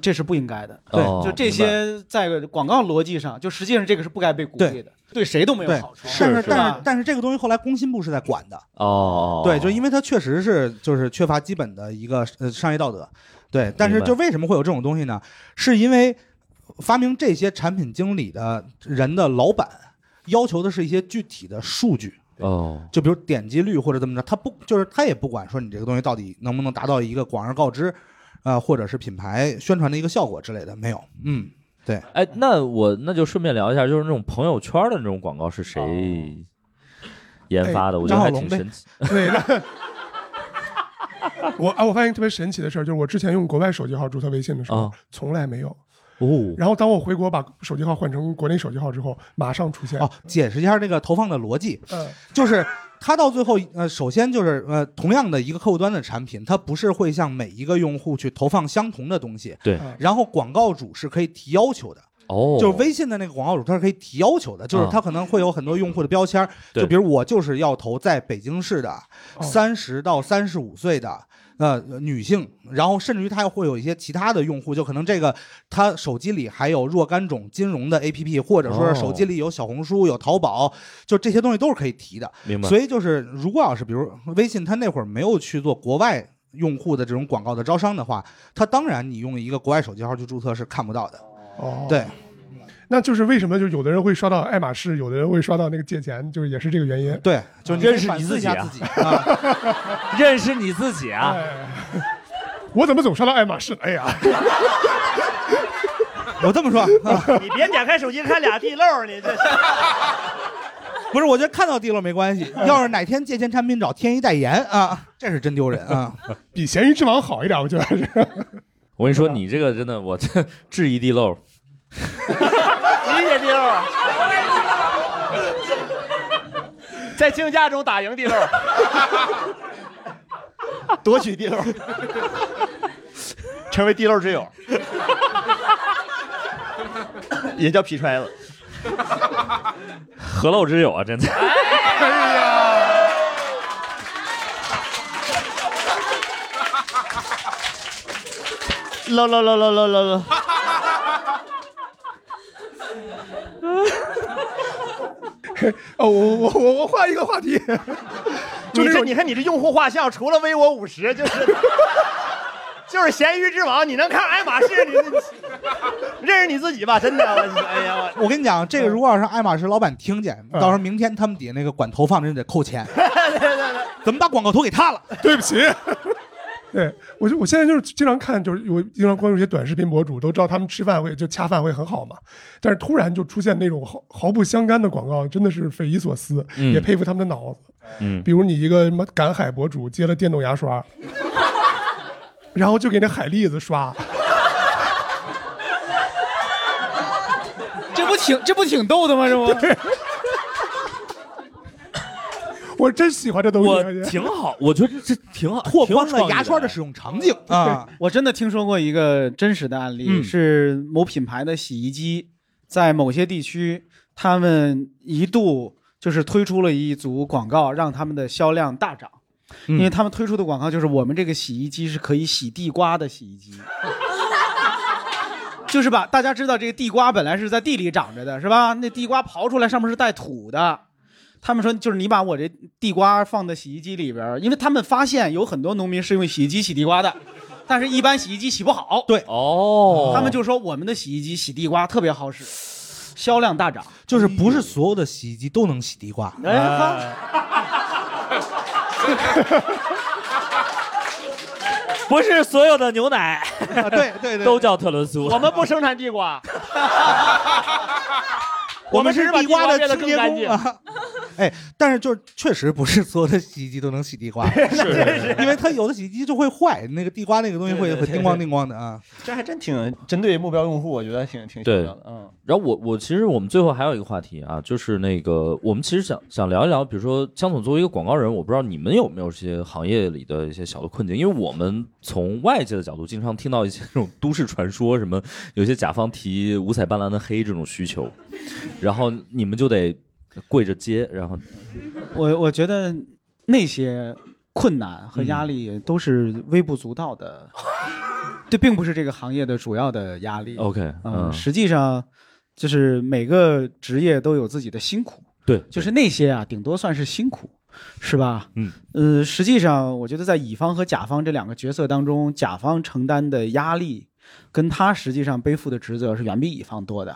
这是不应该的，对就这些在广告逻辑上，就实际上这个是不该被鼓励的，对谁都没有对好处。但是是是但吧是但是这个东西后来工信部是在管的，哦，对，就因为它确实是就是缺乏基本的一个呃商业道德，对。但是明白就为什么会有这种东西呢？是因为发明这些产品经理的人的老板要求的是一些具体的数据，哦，就比如点击率或者怎么着，他不就是他也不管说你这个东西到底能不能达到一个广而告之，呃，或者是品牌宣传的一个效果之类的，没有，嗯。哎，那我那就顺便聊一下，就是那种朋友圈的那种广告是谁哦研发的？哎我觉得还张小龙挺神奇。对，那 我啊，我发现特别神奇的事儿，就是我之前用国外手机号注册微信的时候，啊从来没有。哦，然后当我回国把手机号换成国内手机号之后，马上出现。哦，解释一下这个投放的逻辑，嗯，就是它到最后，呃，首先就是呃，同样的一个客户端的产品，它不是会向每一个用户去投放相同的东西。对，然后广告主是可以提要求的，哦，就是微信的那个广告主，它是可以提要求的，就是啊它可能会有很多用户的标签儿，对就比如我就是要投在北京市的三十到三十五岁的。呃，女性，然后甚至于它会有一些其他的用户，就可能这个他手机里还有若干种金融的 APP，或者说哦是手机里有小红书、有淘宝，就这些东西都是可以提的。明白。所以就是，如果要是比如微信，它那会儿没有去做国外用户的这种广告的招商的话，它当然你用一个国外手机号去注册是看不到的。哦，对，那就是为什么就有的人会刷到爱马仕，有的人会刷到那个借钱，就是也是这个原因。对，就是认识反你思自一己下啊自己啊。认识你自己啊。我怎么总刷到爱马仕？哎呀，我这么说，啊啊你别点开手机看俩地漏，你这是。 不是，我觉得看到地漏没关 系。要是哪天借钱产品找天一代言啊，这是真丢人啊！比闲鱼之王好一点，我觉得还是。我跟你说，你这个真的，我 这质疑地漏。理解地漏，啊 在竞价中打赢地漏， 夺取地漏， 成为地漏之友， 也叫皮揣子。何陋之有啊，真的。哎呀，漏漏漏漏漏漏漏。哦，我我我我换一个话题，就你这你看你这用户画像，除了 v 我五十，就是 就是咸鱼之王，你能看爱马仕，你你认识你自己吧，真的，我哎呀我。我跟你讲，这个如果要是爱马仕老板听见，到时候明天他们底下那个管投放的人得扣 钱，怎么把广告投给他了？ 对不起。 对我就我现在就是经常看，就是我经常关注一些短视频博主，都知道他们吃饭会就恰饭会很好嘛，但是突然就出现那种毫毫不相干的广告，真的是匪夷所思，嗯也佩服他们的脑子。嗯比如你一个什么赶海博主接了电动牙刷， 然后就给那海蛎子刷，这不挺这不挺逗的吗？ 这不，我真喜欢这东西，啊我挺好，我觉得这挺好，拓挺有宽创了意牙刷的使用场景啊！ 我真的听说过一个真实的案例，嗯是某品牌的洗衣机在某些地区，他们一度就是推出了一组广告，让他们的销量大涨。嗯因为他们推出的广告就是我们这个洗衣机是可以洗地瓜的洗衣机， 就是把大家知道这个地瓜本来是在地里长着的，是吧？那地瓜刨出来上面是带土的，他们说就是你把我这地瓜放在洗衣机里边儿，因为他们发现有很多农民是用洗衣机洗地瓜的，但是一般洗衣机洗不好，对，哦，他们就说我们的洗衣机洗地瓜特别好使，销量大涨。就是不是所有的洗衣机都能洗地瓜，哎，哈不是所有的牛奶啊对对都叫特仑苏。我们不生产地瓜，我们只是把地瓜瓜的变得清更洁干工净。啊。哎，但是就是确实不是所有的洗衣机都能洗地瓜，因为它有的洗衣机就会坏，那个地瓜那个东西对会对会对叮咣叮咣的啊。 这还真挺针对目标用户，我觉得挺挺巧对妙的。嗯，然后我我其实我们最后还有一个话题啊，就是那个我们其实想想聊一聊，比如说江总作为一个广告人，我不知道你们有没有这些行业里的一些小的困境，因为我们从外界的角度经常听到一些这种都市传说，什么有些甲方提五彩斑斓的黑这种需求，然后你们就得跪着接，然后我我觉得那些困难和压力都是微不足道 的，这并不是这个行业的主要的压力。 OK，嗯，嗯，实际上就是每个职业都有自己的辛苦，对，就是那些啊，顶多算是辛苦，是吧？嗯，呃，实际上我觉得在乙方和甲方这两个角色当中，甲方承担的压力跟他实际上背负的职责是远比乙方多的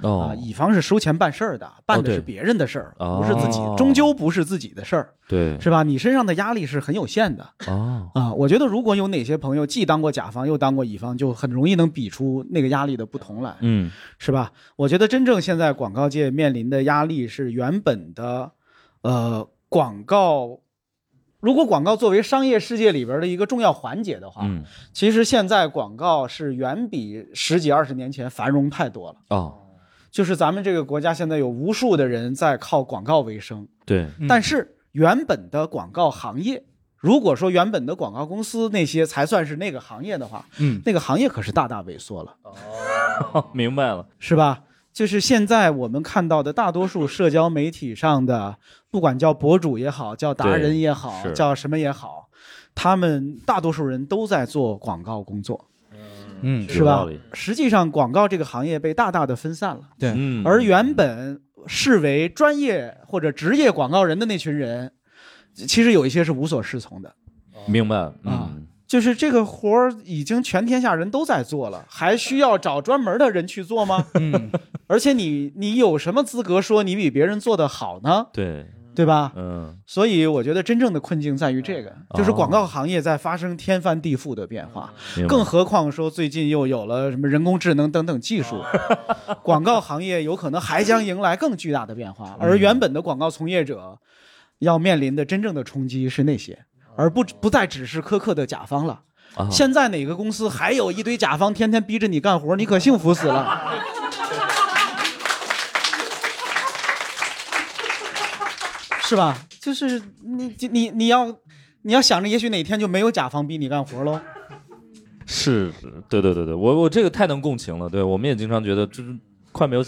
啊、哦，乙方是收钱办事儿的，办的对是别人的事儿，哦不是自己，终究不是自己的事儿，对，是吧？你身上的压力是很有限的。哦，啊，我觉得如果有哪些朋友既当过甲方又当过乙方，就很容易能比出那个压力的不同来。嗯，是吧？我觉得真正现在广告界面临的压力是原本的，呃，广告，如果广告作为商业世界里边的一个重要环节的话，嗯，其实现在广告是远比十几二十年前繁荣太多了。哦，就是咱们这个国家现在有无数的人在靠广告为生，对，嗯但是原本的广告行业，如果说原本的广告公司那些才算是那个行业的话，嗯，那个行业可是大大萎缩了。哦明白了，是吧？就是现在我们看到的大多数社交媒体上的，不管叫博主也好，叫达人也好对，是叫什么也好，他们大多数人都在做广告工作，嗯是有吧道理？实际上，广告这个行业被大大的分散了，嗯，而原本视为专业或者职业广告人的那群人，其实有一些是无所适从的。明白了，啊嗯，就是这个活儿已经全天下人都在做了，还需要找专门的人去做吗？嗯，而且你你有什么资格说你比别人做得好呢？对，对吧？嗯，所以我觉得真正的困境在于这个，就是广告行业在发生天翻地覆的变化，明白更何况说最近又有了什么人工智能等等技术， 广告行业有可能还将迎来更巨大的变化，而原本的广告从业者要面临的真正的冲击是那些，而不不再只是苛刻的甲方了。啊现在哪个公司还有一堆甲方天天逼着你干活，你可幸福死了。是吧？就是你你你要你要想着，也许哪天就没有甲方逼你干活喽。是，对对对对，我我这个太能共情了，对，我们也经常觉得就是快没有，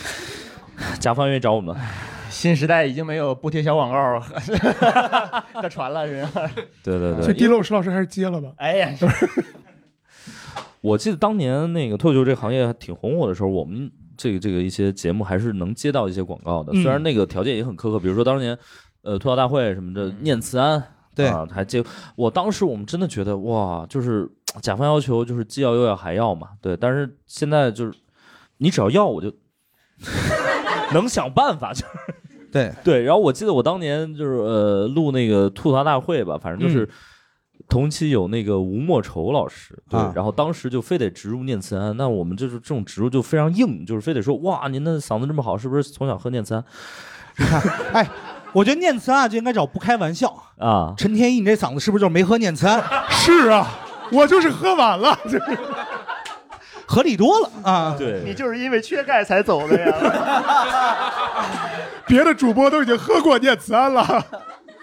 甲方愿意找我们了，新时代已经没有不贴小广 告的传了，是吧？对对对，所以地漏石老师还是接了吧。 哎呀，我记得当年那个脱口秀这个行业挺红火的时候，我们这个这个一些节目还是能接到一些广告的，嗯虽然那个条件也很苛刻，比如说当年呃吐槽大会什么的，念慈庵对啊，还接我当时我们真的觉得哇，就是嘖甲方要求就是既要又要还要嘛，对，但是现在就是你只要要我就 能想办法就是。对，对，然后我记得我当年就是呃录那个吐槽大会吧，反正嗯就是同期有那个吴莫愁老师，对，啊然后当时就非得植入念慈庵，那我们就是这种植入就非常硬，就是非得说哇您的嗓子这么好，是不是从小喝念慈庵哎，我觉得念慈庵啊就应该找不开玩笑。啊？陈天一，你这嗓子是不是就是没喝念慈庵？是啊，我就是喝晚了，就是合理多了啊！对你就是因为缺钙才走的呀。别的主播都已经喝过念慈庵了。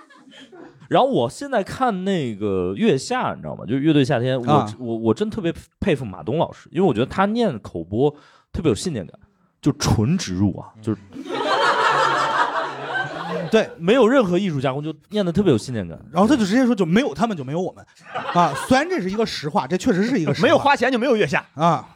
然后我现在看那个月下，你知道吗？就是乐队夏天，我、啊我我真特别佩服马东老师，因为我觉得他念口播特别有信念感，就纯植入啊，嗯就是对，没有任何艺术加工，就念的特别有信念感。然后他就直接说，就没有他们就没有我们，啊，虽然这是一个实话，这确实是一个实话没有花钱就没有月下，啊，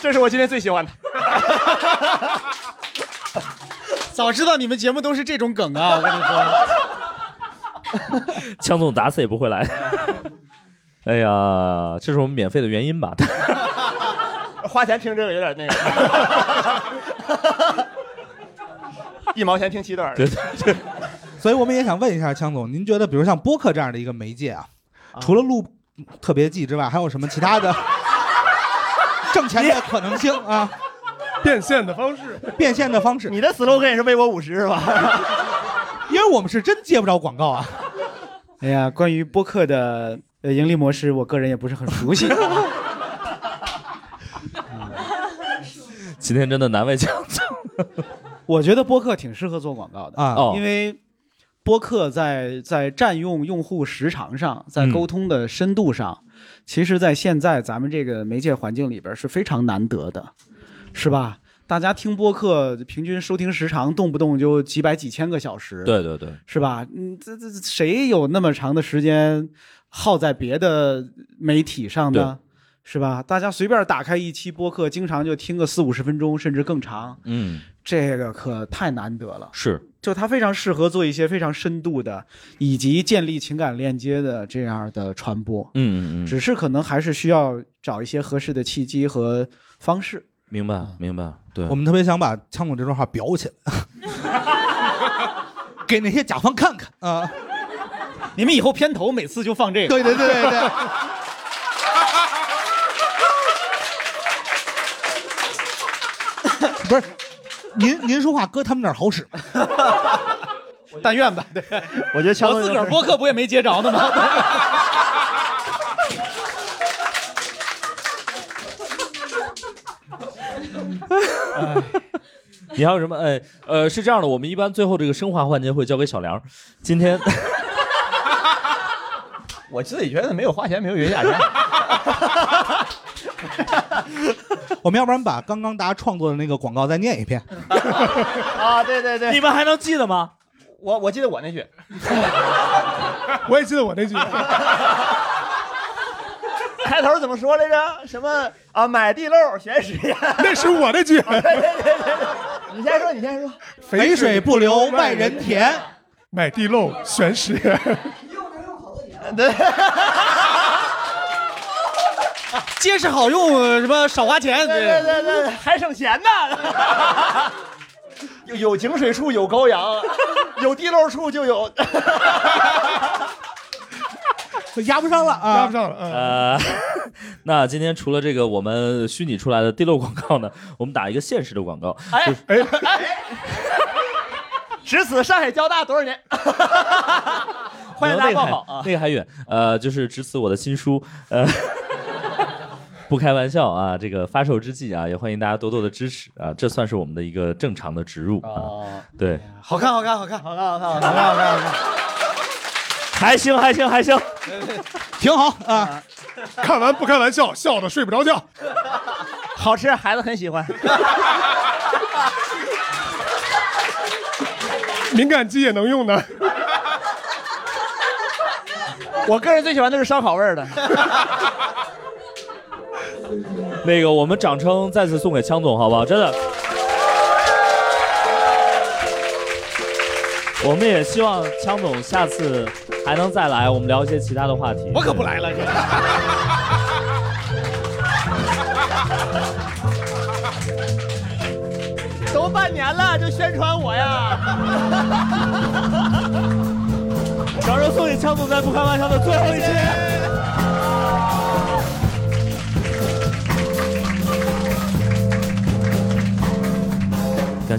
这是我今天最喜欢的。早知道你们节目都是这种梗啊！我跟你说，强总打死也不会 来。哎呀，这是我们免费的原因吧？花钱听这个 有点那个，一毛钱听七段儿。对所以我们也想问一下强总，您觉得比如像播客这样的一个媒介啊，除了录特别季之外，还有什么其他 的挣钱的可能性啊？变现的方式，变现的方式，你的 slogan 是为我五十是吧？因为我们是真接不着广告啊。 哎呀，关于播客的呃盈利模式，我个人也不是很熟悉。 今天真的难为强总。我觉得播客挺适合做广告的啊哦因为播客在在占用用户时长上，在嗯沟通的深度上，其实，在现在咱们这个媒介环境里边是非常难得的，是吧？大家听播客平均收听时长动不动就几百几千个小时，，对对对，是吧？嗯，这这这谁有那么长的时间耗在别的媒体上呢？是吧？大家随便打开一期播客，经常就听个四五十分钟，甚至更长，嗯，这个可太难得了。是就它非常适合做一些非常深度的，以及建立情感链接的这样的传播。嗯嗯嗯，只是可能还是需要找一些合适的契机和方式。明白明白。对我，们特别想把强总这段话裱起来， 给那些甲方看看啊！你们以后片头每次就放这个，对对对对 对，不是。您您说话搁他们那儿好使吗？但愿吧。对，我觉得强我自个儿播客不也没接着呢吗？你还有什么？哎，呃，是这样的，我们一般最后这个升华环节会交给小梁。今天我自己觉得没有花钱没有月下钱。我们要不然把刚刚大家创作的那个广告再念一遍。啊，对对对，你们还能记得吗？ 我我记得我那句，我也记得我那句，开头怎么说来着？什么啊？买地漏选实验。那是我那 句。你先说，你先说。肥水不流外人田，买地漏选实验，对，结实好用，什么少花钱，对对对对，还省钱呢。有有井水处有羔 羊，有地漏处就有。压不上了啊，压不上了。 嗯呃， 那今天除了这个我们虚拟出来的地漏广告呢，我们打一个现实的广告。哎就是哎哎！值此上海交大多少 年？欢迎大家报考啊！那个还远，呃，就是值此我的新书，呃， 不开玩笑啊，这个发售之际啊，也欢迎大家多多的支持啊，这算是我们的一个正常的植入啊，对，好看，好看，好看，哦好看，好看，好看，好看，好还行，还行，还行，挺好啊。看完不开玩笑，笑的睡不着觉。好吃，孩子很喜欢。 敏感肌也能用的。我个人最喜欢的是烧烤味儿的。 那个我们掌声再次送给枪总，好不好？真的。我们也希望枪总下次还能再来，我们聊一些其他的话题。我可不来了， 都半年了，就宣传我呀！ 掌声送给枪总在不开玩笑的最后一期。感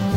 看。